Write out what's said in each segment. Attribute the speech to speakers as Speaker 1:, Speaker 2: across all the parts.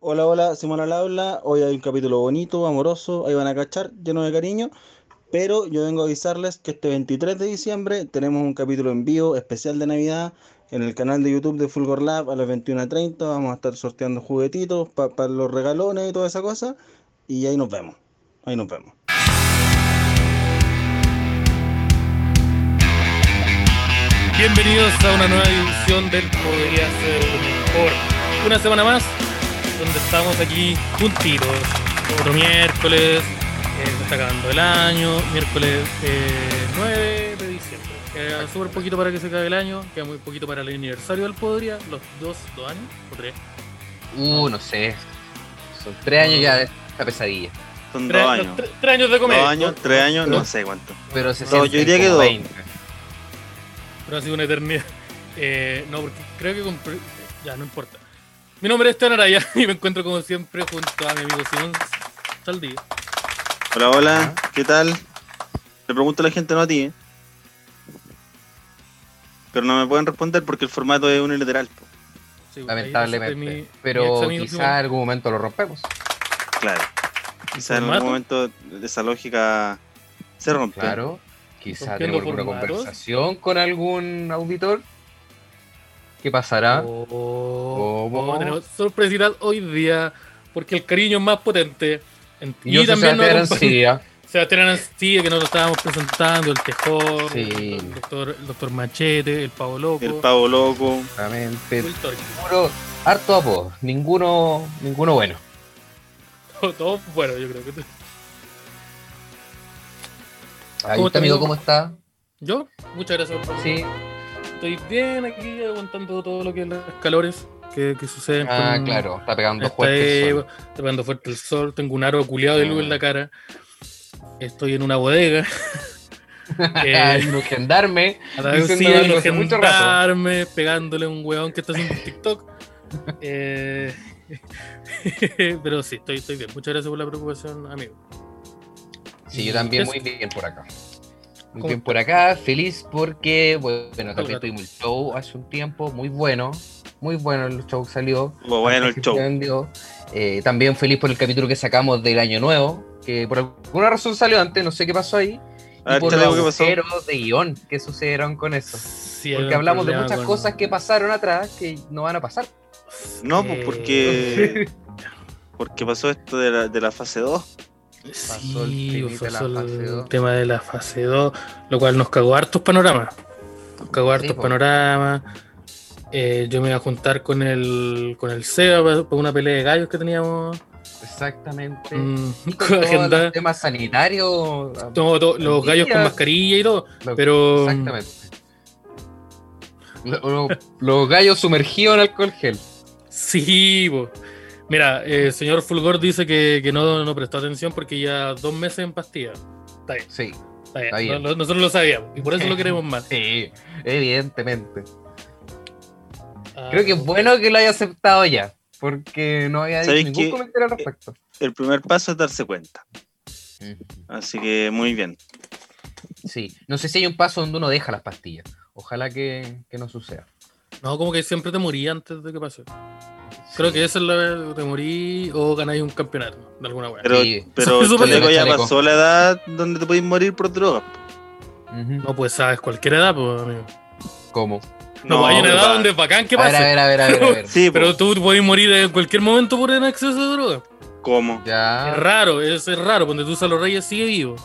Speaker 1: Hola, hola, Simón al habla. Hoy hay un capítulo bonito, amoroso, ahí van a cachar, lleno de cariño. Pero yo vengo a avisarles que este 23 de diciembre tenemos un capítulo en vivo especial de Navidad en el canal de YouTube de Fulgor Lab a las 21.30. Vamos a estar sorteando juguetitos para los regalones y toda esa cosa. Y ahí nos vemos. Ahí nos vemos.
Speaker 2: Bienvenidos a una nueva edición del Podría Ser Mejor. Una semana más, donde estamos aquí juntitos. Otro miércoles, eh, se está acabando el año, miércoles eh, 9 de diciembre. Queda súper poquito para que se acabe el año, queda muy poquito para el aniversario del Podría, los dos, dos años, o tres.
Speaker 3: Uh, no sé. Son tres años ya de esta pesadilla.
Speaker 4: Son
Speaker 2: Tres,
Speaker 4: dos
Speaker 2: no,
Speaker 4: años.
Speaker 2: tre- tres años de
Speaker 4: Dos
Speaker 2: comer.
Speaker 4: años, tres años,
Speaker 2: No.
Speaker 4: no sé cuánto.
Speaker 3: Pero se
Speaker 2: No,
Speaker 3: sienten
Speaker 4: yo diría que
Speaker 3: como
Speaker 4: dos.
Speaker 3: 20.
Speaker 2: Pero ha sido una eternidad. Eh, no, porque creo que compré. Ya, no importa. Mi nombre es Esteban Araya y me encuentro como siempre junto a mi amigo Simón Saldí.
Speaker 4: Hola, hola,
Speaker 3: Ah.
Speaker 4: ¿qué tal? Le pregunto a la gente, no a ti, ¿eh? Pero no me pueden responder porque el formato es unilateral. po.
Speaker 3: Lamentablemente. pero quizá en algún momento lo rompemos.
Speaker 4: Claro. Quizás en algún momento esa lógica se rompe.
Speaker 3: Claro. Quizá
Speaker 2: Rompiendo
Speaker 3: tenemos alguna
Speaker 2: formatos.
Speaker 3: conversación con algún auditor. ¿Qué pasará? ¿ah?
Speaker 2: Oh.
Speaker 3: ¿Cómo?
Speaker 2: tenemos sorpresitas hoy día porque el cariño es más potente. En-
Speaker 3: Yo
Speaker 2: nos
Speaker 3: soy Sebastián
Speaker 2: acompaña-
Speaker 3: Arancibia.
Speaker 2: Sebastián Arancía, que nos lo estábamos presentando, el Tejón,
Speaker 3: Sí.
Speaker 2: el, doctor, el doctor Machete, el Pavo Loco,
Speaker 4: El pavo loco.
Speaker 3: Exactamente.
Speaker 2: el Torque.
Speaker 3: Puro- harto apodo. Ninguno, ninguno bueno.
Speaker 2: Todo bueno, yo creo que.
Speaker 3: Ahí
Speaker 2: ¿Cómo
Speaker 3: está,
Speaker 2: está,
Speaker 3: amigo,
Speaker 2: amigo?
Speaker 3: ¿cómo está?
Speaker 2: Yo, muchas gracias por
Speaker 3: Sí.
Speaker 2: Estoy bien aquí aguantando todo lo que es los calores que, que suceden.
Speaker 3: Ah,
Speaker 2: con-
Speaker 3: claro. Está pegando
Speaker 2: Está
Speaker 3: fuerte. el sol. Ah.
Speaker 2: está pegando fuerte el sol, tengo un aro culiado de luz en la cara. Estoy en una bodega.
Speaker 3: Hay
Speaker 2: eh,
Speaker 3: un gendarme.
Speaker 2: a la vez
Speaker 3: Diciendo
Speaker 2: sí,
Speaker 3: algo
Speaker 2: los
Speaker 3: hace mucho rato.
Speaker 2: gendarmes, pegándole a un huevón que está haciendo TikTok. Eh, pero sí, estoy, estoy bien. Muchas gracias por la preocupación, amigo.
Speaker 3: Sí, yo también
Speaker 2: Eso.
Speaker 3: muy bien por acá. Muy
Speaker 2: ¿Cómo
Speaker 3: bien
Speaker 2: está?
Speaker 3: por acá, feliz porque, bueno,
Speaker 2: gato.
Speaker 3: también tuvimos el show hace un tiempo, muy bueno, muy bueno el show salió.
Speaker 4: Estuvo bueno el
Speaker 3: se
Speaker 4: show.
Speaker 3: prendió. Eh, también feliz por el capítulo que sacamos del Año Nuevo, que por alguna razón salió antes, no sé qué pasó ahí.
Speaker 4: A ver,
Speaker 3: y por
Speaker 4: chale,
Speaker 3: los
Speaker 4: ¿qué pasó?
Speaker 3: agujeros de guión que sucedieron con eso.
Speaker 2: Sí, hay
Speaker 3: Porque
Speaker 2: un
Speaker 3: hablamos de
Speaker 2: problema
Speaker 3: muchas
Speaker 2: con-
Speaker 3: cosas que pasaron atrás que no van a pasar.
Speaker 4: No, pues
Speaker 2: Eh,
Speaker 4: porque. Porque pasó esto de la, de la fase 2.
Speaker 3: Pasó el
Speaker 2: Sí,
Speaker 3: temita de la
Speaker 2: pasó
Speaker 3: fase
Speaker 2: el
Speaker 3: dos.
Speaker 2: tema de la fase 2, lo cual nos cagó hartos panoramas. Nos cagó hartos
Speaker 3: po.
Speaker 2: panoramas. Eh, yo me iba a juntar con el, con el Seba para una pelea de gallos que teníamos.
Speaker 3: Exactamente.
Speaker 2: mm,
Speaker 3: Y
Speaker 2: con
Speaker 3: con todos
Speaker 2: agenda.
Speaker 3: los temas sanitarios.
Speaker 2: No, to- los gallos con
Speaker 3: Mira.
Speaker 2: mascarilla y todo.
Speaker 3: lo-
Speaker 2: Pero
Speaker 3: Exactamente. Lo- lo- los gallos sumergidos en alcohol gel.
Speaker 2: sí, po. mira, eh, el señor Fulgor dice que, que no, no prestó atención porque ya dos meses en pastillas. Está bien,
Speaker 3: Sí,
Speaker 2: está bien.
Speaker 3: Está bien.
Speaker 2: No- no- nosotros lo sabíamos y por eso lo queremos más.
Speaker 3: sí, evidentemente.
Speaker 2: Ah,
Speaker 3: Creo que es bueno que lo haya aceptado ya, porque no había dicho
Speaker 4: ¿Sabéis
Speaker 3: ningún
Speaker 4: qué?
Speaker 3: comentario al respecto.
Speaker 4: El primer paso es darse cuenta. Así que muy bien.
Speaker 3: Sí, no sé si hay un paso donde uno deja las pastillas. Ojalá que, que no suceda.
Speaker 2: No, como que siempre te morí antes de que pase. Creo que esa es la vez te morí o ganáis un campeonato de alguna manera.
Speaker 4: Pero,
Speaker 3: Sí.
Speaker 4: pero
Speaker 2: Eso me
Speaker 4: chaleco, ya
Speaker 3: chaleco.
Speaker 4: pasó la edad donde te podéis morir por drogas.
Speaker 3: Ujú.
Speaker 2: No, pues sabes, cualquier edad, pues, amigo.
Speaker 3: ¿Cómo?
Speaker 2: No, hay una
Speaker 4: pero-
Speaker 2: edad donde es bacán que
Speaker 3: A ver, a
Speaker 2: pase.
Speaker 3: ver, a ver, a ver. a ver.
Speaker 4: Sí, pues,
Speaker 2: Pero
Speaker 4: pero
Speaker 2: tú podés morir en cualquier momento por un exceso de droga.
Speaker 4: ¿cómo?
Speaker 2: Es
Speaker 3: Ya.
Speaker 2: raro, es, es raro, porque tú a los reyes sigue vivo.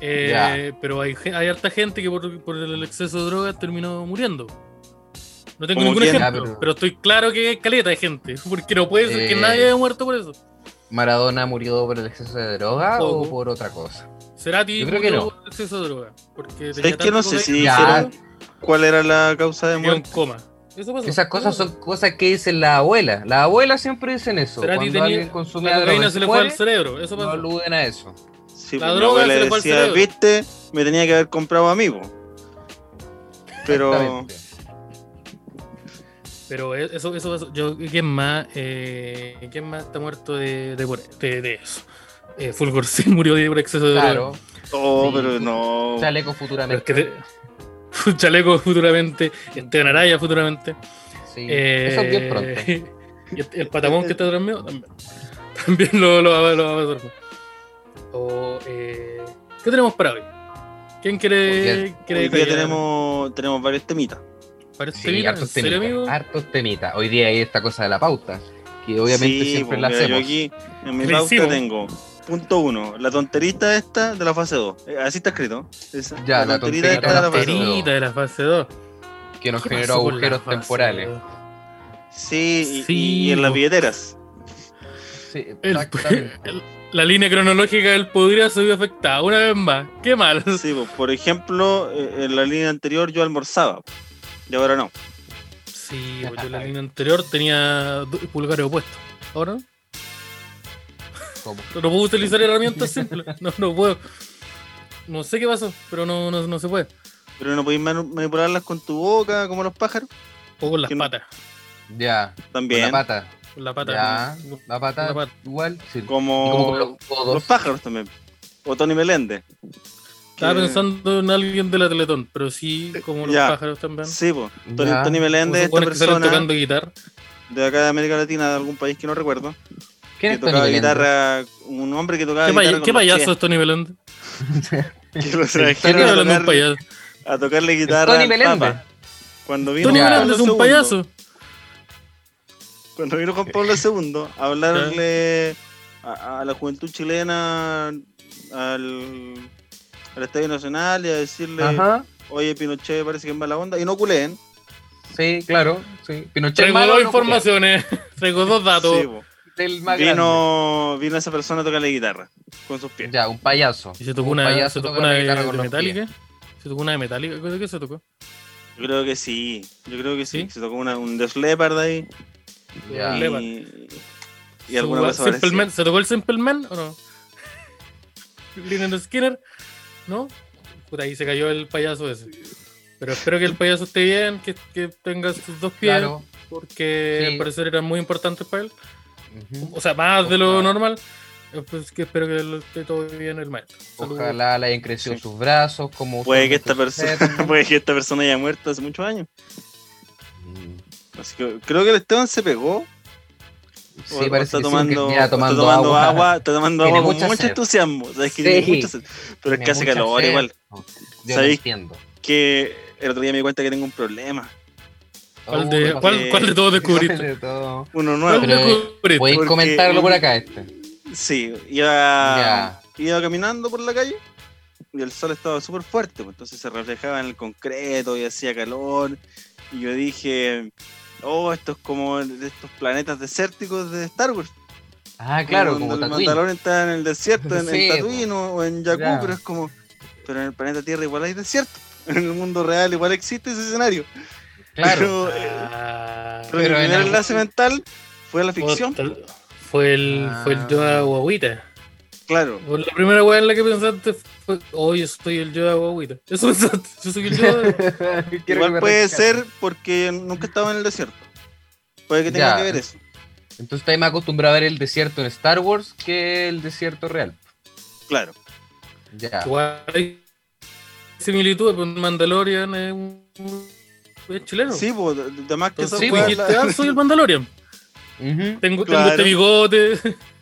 Speaker 2: Eh,
Speaker 3: Ya.
Speaker 2: Pero hay, ge- hay harta gente que por, por el exceso de drogas terminó muriendo. No tengo
Speaker 4: Como
Speaker 2: ningún
Speaker 4: quién.
Speaker 2: ejemplo,
Speaker 3: Ya,
Speaker 2: pero...
Speaker 3: Ah, pero-
Speaker 2: estoy claro que hay caleta de gente. Porque no puede ser que
Speaker 3: Eh.
Speaker 2: nadie haya muerto por eso.
Speaker 3: ¿Maradona murió por el exceso de droga
Speaker 2: Poco.
Speaker 3: o por otra cosa?
Speaker 2: Cerati
Speaker 3: Yo creo que
Speaker 2: murió
Speaker 3: no.
Speaker 2: por exceso de droga. Porque
Speaker 4: Es que no sé si
Speaker 3: Ya.
Speaker 4: dijeron cuál era la causa de
Speaker 2: tenía un
Speaker 4: muerte.
Speaker 2: coma. Eso pasó.
Speaker 3: Esas cosas son cosas que dicen la abuela. Las abuelas siempre dicen eso.
Speaker 2: Cerati
Speaker 3: Cuando
Speaker 2: tenía-
Speaker 3: alguien consume
Speaker 2: La cocaína
Speaker 3: droga
Speaker 2: se
Speaker 3: y
Speaker 2: le fue al
Speaker 3: muere,
Speaker 2: cerebro. Eso
Speaker 3: no
Speaker 2: pasó.
Speaker 3: aluden a eso.
Speaker 4: Sí,
Speaker 2: La
Speaker 4: pues, mi
Speaker 2: droga
Speaker 4: abuela
Speaker 2: se le fue al
Speaker 4: decía,
Speaker 2: cerebro.
Speaker 4: viste, me tenía que haber comprado a mí, po". Pero
Speaker 3: Exactamente.
Speaker 2: Pero e- eso, eso pasó. Yo, ¿Quién más? Eh, ¿Quién más está muerto de, de, por- de- de eso? Eh, Fulgor sí murió de por exceso de
Speaker 3: Claro,
Speaker 2: droga.
Speaker 4: no,
Speaker 3: Sí.
Speaker 4: oh,
Speaker 3: pues,
Speaker 4: pero no.
Speaker 2: Pero
Speaker 3: chaleco
Speaker 2: es
Speaker 3: futuramente.
Speaker 2: que te- Chaleco futuramente, Esteban este Araya futuramente.
Speaker 3: Sí. Sí.
Speaker 2: Eh,
Speaker 3: Eso es bien pronto.
Speaker 2: Y este, el, el patamón que está dormido también, también lo, lo, va- lo va a dormir. O, eh, ¿Qué tenemos para hoy? ¿Quién
Speaker 3: Hoy
Speaker 2: cree, cree
Speaker 4: Hoy día
Speaker 2: que-
Speaker 4: tenemos, tenemos varios temitas.
Speaker 2: Parece
Speaker 3: Sí, Ah,
Speaker 2: bien, ¿en
Speaker 3: hartos
Speaker 2: serio, amigo?
Speaker 3: temitas. Hartos temitas. Hoy día hay esta cosa de la pauta, que obviamente
Speaker 4: Sí,
Speaker 3: siempre
Speaker 4: pues,
Speaker 3: la
Speaker 4: mira,
Speaker 3: hacemos.
Speaker 4: Yo aquí en mi
Speaker 2: Le
Speaker 4: pauta
Speaker 2: hicimos.
Speaker 4: tengo punto uno, la tonterita esta de la fase 2. Así está escrito. Esa,
Speaker 3: Ya, la tonterita
Speaker 2: La
Speaker 4: esta
Speaker 3: tonterita.
Speaker 4: de la fase dos.
Speaker 2: tonterita de la fase 2.
Speaker 3: que nos
Speaker 2: ¿Qué
Speaker 3: generó
Speaker 2: pasó con la
Speaker 3: agujeros
Speaker 2: fase
Speaker 3: temporales.
Speaker 2: dos?
Speaker 4: Sí, y-
Speaker 2: Sí,
Speaker 4: y, y en las
Speaker 2: po.
Speaker 4: billeteras.
Speaker 3: Sí,
Speaker 2: El-
Speaker 3: exactamente.
Speaker 2: el- la línea cronológica del podría se vio afectada una vez más. Qué mal.
Speaker 4: Sí, po. por ejemplo, eh, en la línea anterior yo almorzaba y ahora no.
Speaker 2: Sí, pues yo en la línea anterior tenía do- pulgares opuestos. Ahora no
Speaker 3: ¿Cómo?
Speaker 2: No puedo utilizar herramientas simples. No, no puedo. No sé qué pasó, pero no, no, no se puede.
Speaker 4: Pero no podéis manu- manipularlas con tu boca como los pájaros.
Speaker 2: O con las
Speaker 4: Que no-
Speaker 2: patas.
Speaker 3: Ya, con
Speaker 4: También.
Speaker 3: la pata.
Speaker 2: Con la pata.
Speaker 3: Ya, la pata,
Speaker 2: la pata.
Speaker 3: igual. sí. Y como
Speaker 4: Como
Speaker 3: con los codos.
Speaker 4: los pájaros también. O Tony Meléndez.
Speaker 2: Estaba
Speaker 4: Que-
Speaker 2: pensando en alguien de la Teletón, pero sí, como los
Speaker 4: Ya.
Speaker 2: pájaros también.
Speaker 4: Sí, po. Tony,
Speaker 3: Ya.
Speaker 4: Tony
Speaker 2: Como
Speaker 4: Meléndez, esta
Speaker 2: supones que salen
Speaker 4: persona
Speaker 2: tocando guitarra.
Speaker 4: de acá de América Latina, de algún país que no recuerdo,
Speaker 3: ¿Quién
Speaker 4: que
Speaker 3: es Tony
Speaker 4: tocaba
Speaker 3: Meléndez?
Speaker 4: guitarra, un hombre que tocaba
Speaker 2: ¿Qué, paya-
Speaker 4: guitarra.
Speaker 2: qué
Speaker 4: con los
Speaker 2: payaso es Tony Belende?
Speaker 4: pies, que
Speaker 2: ¿Qué
Speaker 4: lo trajeron
Speaker 2: está
Speaker 4: a
Speaker 2: hablando un
Speaker 4: tocar-
Speaker 2: payaso?
Speaker 4: a tocarle
Speaker 3: ¿Es
Speaker 4: guitarra
Speaker 3: Tony
Speaker 4: al
Speaker 3: Meléndez.
Speaker 4: Papa. Cuando vino
Speaker 2: Tony
Speaker 4: Juan
Speaker 2: Belende es
Speaker 4: Pablo
Speaker 2: un
Speaker 4: II,
Speaker 2: payaso.
Speaker 4: Cuando vino Juan Pablo II a hablarle a, a la juventud chilena al, al Estadio Nacional y a decirle,
Speaker 3: Ajá.
Speaker 4: oye Pinochet parece que es mala onda, y no culeen.
Speaker 3: Sí, claro. Sí. Pinochet
Speaker 2: Traigo
Speaker 3: malo,
Speaker 2: dos
Speaker 3: no porque-
Speaker 2: informaciones, traigo dos datos.
Speaker 4: Sí, po.
Speaker 3: del más grande.
Speaker 4: vino, vino esa persona a tocarle guitarra con sus pies.
Speaker 3: Ya, un payaso.
Speaker 2: Y se tocó
Speaker 3: Un
Speaker 2: una,
Speaker 3: payaso
Speaker 2: se tocó
Speaker 3: toca
Speaker 2: una
Speaker 3: la
Speaker 2: de,
Speaker 3: guitarra
Speaker 2: de
Speaker 3: con los
Speaker 2: Metallica. Se tocó una de Metallica. ¿Qué, qué se tocó?
Speaker 4: Yo creo que sí, yo creo que sí.
Speaker 2: ¿Sí?
Speaker 4: Se tocó una, un Def Leppard ahí.
Speaker 3: Ya.
Speaker 2: Leppard.
Speaker 4: Y, y alguna
Speaker 2: ¿Se tocó
Speaker 4: cosa
Speaker 2: el Simple
Speaker 4: parecía.
Speaker 2: Man? ¿Se tocó el Simple Man o no? Linen Skinner, ¿no? Puta, ahí se cayó el payaso ese. Pero espero que el payaso esté bien, que, que tenga sus dos pies,
Speaker 3: Claro.
Speaker 2: porque
Speaker 3: Sí.
Speaker 2: al parecer eran muy importantes para él.
Speaker 3: Ujú.
Speaker 2: O sea, más de lo
Speaker 3: Ojalá.
Speaker 2: normal. Eh, Pues que espero que lo esté todo bien el maestro. Saludos.
Speaker 3: Ojalá le hayan crecido
Speaker 4: Sí.
Speaker 3: sus brazos, como
Speaker 4: Puede que, esta
Speaker 3: usualmente
Speaker 4: persona,
Speaker 3: sucede.
Speaker 4: puede que Pues, esta persona haya muerto hace muchos años.
Speaker 3: Mm.
Speaker 4: Así que creo que el Esteban se pegó. o-
Speaker 3: Sí,
Speaker 4: o
Speaker 3: parece
Speaker 4: está
Speaker 3: que
Speaker 4: tomando,
Speaker 3: sí, que
Speaker 4: o
Speaker 3: venía
Speaker 4: está
Speaker 3: tomando,
Speaker 4: tomando
Speaker 3: agua.
Speaker 4: agua. está tomando
Speaker 3: Tiene
Speaker 4: agua con
Speaker 3: mucha
Speaker 4: mucho
Speaker 3: sed.
Speaker 4: entusiasmo. Sabes
Speaker 3: Sí.
Speaker 4: que tiene mucha sed. Pero es
Speaker 3: Tiene
Speaker 4: que hace
Speaker 3: mucha
Speaker 4: calor
Speaker 3: sed.
Speaker 4: igual.
Speaker 3: No, Yo no
Speaker 4: ¿Sabéis?
Speaker 3: entiendo.
Speaker 4: Que el otro día me di cuenta que tengo un problema.
Speaker 2: ¿Cuál
Speaker 3: Oh,
Speaker 2: de,
Speaker 3: no
Speaker 2: cuál,
Speaker 3: sé.
Speaker 2: cuál de todos
Speaker 3: No
Speaker 2: descubriste?
Speaker 3: sé de todo.
Speaker 2: ¿Cuál
Speaker 4: Uno nuevo.
Speaker 3: Pero- eh,
Speaker 2: descubriste?
Speaker 3: Podéis
Speaker 4: Porque
Speaker 3: comentarlo
Speaker 4: un-
Speaker 3: por acá este.
Speaker 4: Sí, iba, iba caminando por la calle y el sol estaba súper fuerte, pues, entonces se reflejaba en el concreto y hacía calor. Y yo dije, oh, esto es como de estos planetas desérticos de Star Wars.
Speaker 3: Ah, claro,
Speaker 4: cuando
Speaker 3: como
Speaker 4: el
Speaker 3: Tatooine.
Speaker 4: Mandalorian está en el desierto, en, en
Speaker 3: Sí,
Speaker 4: Tatooine o, o en Jakku,
Speaker 3: Ya.
Speaker 4: pero es como, pero en el planeta Tierra igual hay desierto. En el mundo real igual existe ese escenario.
Speaker 3: Claro.
Speaker 4: Pero, eh,
Speaker 2: Ah,
Speaker 4: pero mi
Speaker 3: pero en
Speaker 4: primer
Speaker 3: algún-
Speaker 4: enlace mental fue a la ficción,
Speaker 2: Puta, Fue el, fue el Yoda
Speaker 3: Ah.
Speaker 2: guaguita.
Speaker 4: claro.
Speaker 2: Fue La primera weá en la que pensaste fue, hoy soy el Yoda guaguita. Eso pensaste, yo soy el Yoda.
Speaker 3: Quiero que
Speaker 4: Igual
Speaker 3: me
Speaker 4: puede
Speaker 3: rescate.
Speaker 4: ser porque nunca estaba en el desierto. Puede que tenga
Speaker 3: Ya.
Speaker 4: que ver eso.
Speaker 3: Entonces estáis más acostumbrado a ver el desierto en Star Wars que el desierto real.
Speaker 4: Claro.
Speaker 3: Ya.
Speaker 2: Igual hay similitudes, pues Mandalorian es, un- es chileno.
Speaker 4: Sí, pues, de- de- además que
Speaker 2: Entonces
Speaker 4: esa
Speaker 3: sí,
Speaker 4: fue
Speaker 2: pues,
Speaker 3: weá
Speaker 2: dijiste,
Speaker 4: la-
Speaker 2: ah, soy el Mandalorian.
Speaker 3: Ujú.
Speaker 2: Tengo,
Speaker 4: Claro.
Speaker 2: tengo este bigote.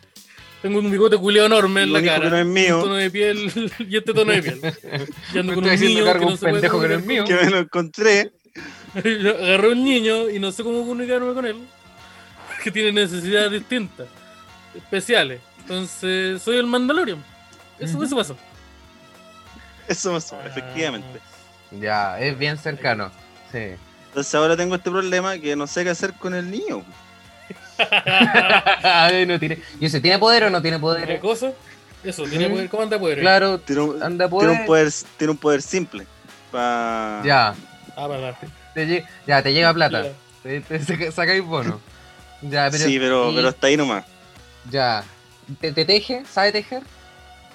Speaker 2: Tengo un bigote culiado enorme en
Speaker 4: Lo
Speaker 2: la
Speaker 4: único
Speaker 2: cara.
Speaker 4: que no es mío.
Speaker 2: Un tono de piel y este tono de piel. Y
Speaker 3: Me
Speaker 2: ando con
Speaker 3: estoy
Speaker 2: un
Speaker 3: haciendo
Speaker 2: niño
Speaker 3: cargo de un
Speaker 2: se puede
Speaker 3: pendejo que no es
Speaker 2: comunicar
Speaker 3: mío.
Speaker 4: que me lo encontré.
Speaker 2: Yo Agarré un niño y no sé cómo comunicarme con él. Que tiene necesidades distintas, especiales. Entonces, soy el Mandalorian. Eso,
Speaker 3: Ujú.
Speaker 2: eso pasó.
Speaker 4: Eso pasó, Ah,
Speaker 3: Ah.
Speaker 4: efectivamente.
Speaker 3: Ya, es bien cercano. Sí.
Speaker 4: Entonces ahora tengo este problema que no sé qué hacer con el niño.
Speaker 3: Ay, no tiene... Yo sé, ¿tiene poder o no tiene
Speaker 2: ¿Tiene
Speaker 3: poder?
Speaker 2: cosa? Eso, tiene
Speaker 3: Ujú.
Speaker 2: poder. ¿Cómo anda poder?
Speaker 3: Claro,
Speaker 4: Tiene un,
Speaker 3: anda
Speaker 4: tiene un
Speaker 3: poder.
Speaker 4: poder, tiene un poder simple. Pa...
Speaker 3: Pues- Ya,
Speaker 2: Ah, para la-
Speaker 3: te lle- ya, te llega plata.
Speaker 2: la-
Speaker 3: Te, te saca- sacáis bono. Ya, pero.
Speaker 4: sí, pero,
Speaker 3: y-
Speaker 4: pero hasta ahí nomás.
Speaker 3: Ya. ¿Te, te teje? ¿Sabe tejer?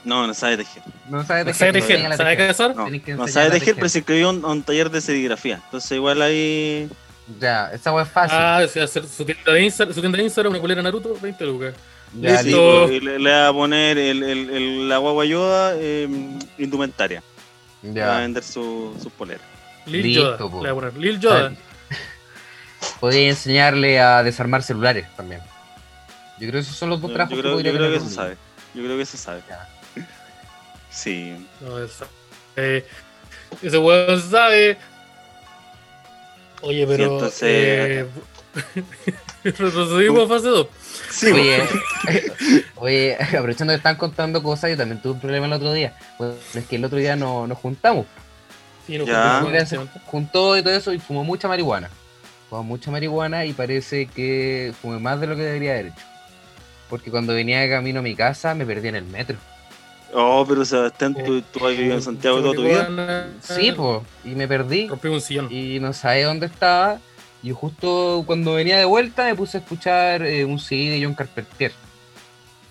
Speaker 4: No, no sabe tejer.
Speaker 3: No sabe
Speaker 2: la
Speaker 3: tejer.
Speaker 2: ¿Sabe
Speaker 3: pero
Speaker 2: tejer?
Speaker 3: enséñale a
Speaker 2: ¿Sabe cazar?
Speaker 4: No,
Speaker 3: Tenés que
Speaker 4: no
Speaker 3: enseñarle
Speaker 4: sabe
Speaker 3: a
Speaker 4: tejer,
Speaker 3: tejer.
Speaker 4: pero se inscribió a un, a un taller de serigrafía. Entonces igual ahí...
Speaker 3: Ya, esa wea es fácil.
Speaker 2: Ah, o sea, hacer su tienda de Instagram, su tienda de Instagram, una culera Naruto, 20 lucas.
Speaker 3: ya,
Speaker 4: sí,
Speaker 2: listo.
Speaker 4: pues, y le, le va a poner el, el, el- la guagua Yoda eh, indumentaria.
Speaker 3: li-
Speaker 4: Va a
Speaker 3: ya.
Speaker 4: vender su, su polera.
Speaker 2: Lil
Speaker 3: Listo,
Speaker 2: Yoda.
Speaker 3: po.
Speaker 2: Le voy a poner Lil Yoda.
Speaker 3: Podría enseñarle a desarmar celulares también. Yo creo que esos son los dos
Speaker 4: Yo,
Speaker 3: trabajos
Speaker 4: yo creo,
Speaker 3: podría
Speaker 4: yo creo que
Speaker 3: tener
Speaker 4: eso
Speaker 3: un
Speaker 4: sabe. Yo creo que eso sabe.
Speaker 3: Ya.
Speaker 4: Sí.
Speaker 2: No, esa- eh, ese weón sabe. Oye, pero.
Speaker 4: entonces-
Speaker 2: eh, retrocedimos a fase 2.
Speaker 4: Sí,
Speaker 3: Oye, oye, aprovechando que están contando cosas, yo también tuve un problema el otro día. Bueno, es que el otro día no, nos juntamos.
Speaker 2: Sí, no,
Speaker 4: Ya.
Speaker 2: porque-
Speaker 3: Se juntó y todo eso y fumó mucha marihuana. Fumó mucha marihuana y parece que fumé más de lo que debería haber hecho. Porque cuando venía de camino a mi casa me perdí en el metro.
Speaker 4: Oh, pero Sebastián,
Speaker 3: Eh,
Speaker 4: tú, tú has
Speaker 2: Eh,
Speaker 4: vivido en Santiago toda tu vida.
Speaker 2: Ah.
Speaker 3: Sí, po, y me perdí
Speaker 2: Rompí un sillón.
Speaker 3: y no sabía dónde estaba. Y justo cuando venía de vuelta me puse a escuchar eh, un CD de John Carpentier.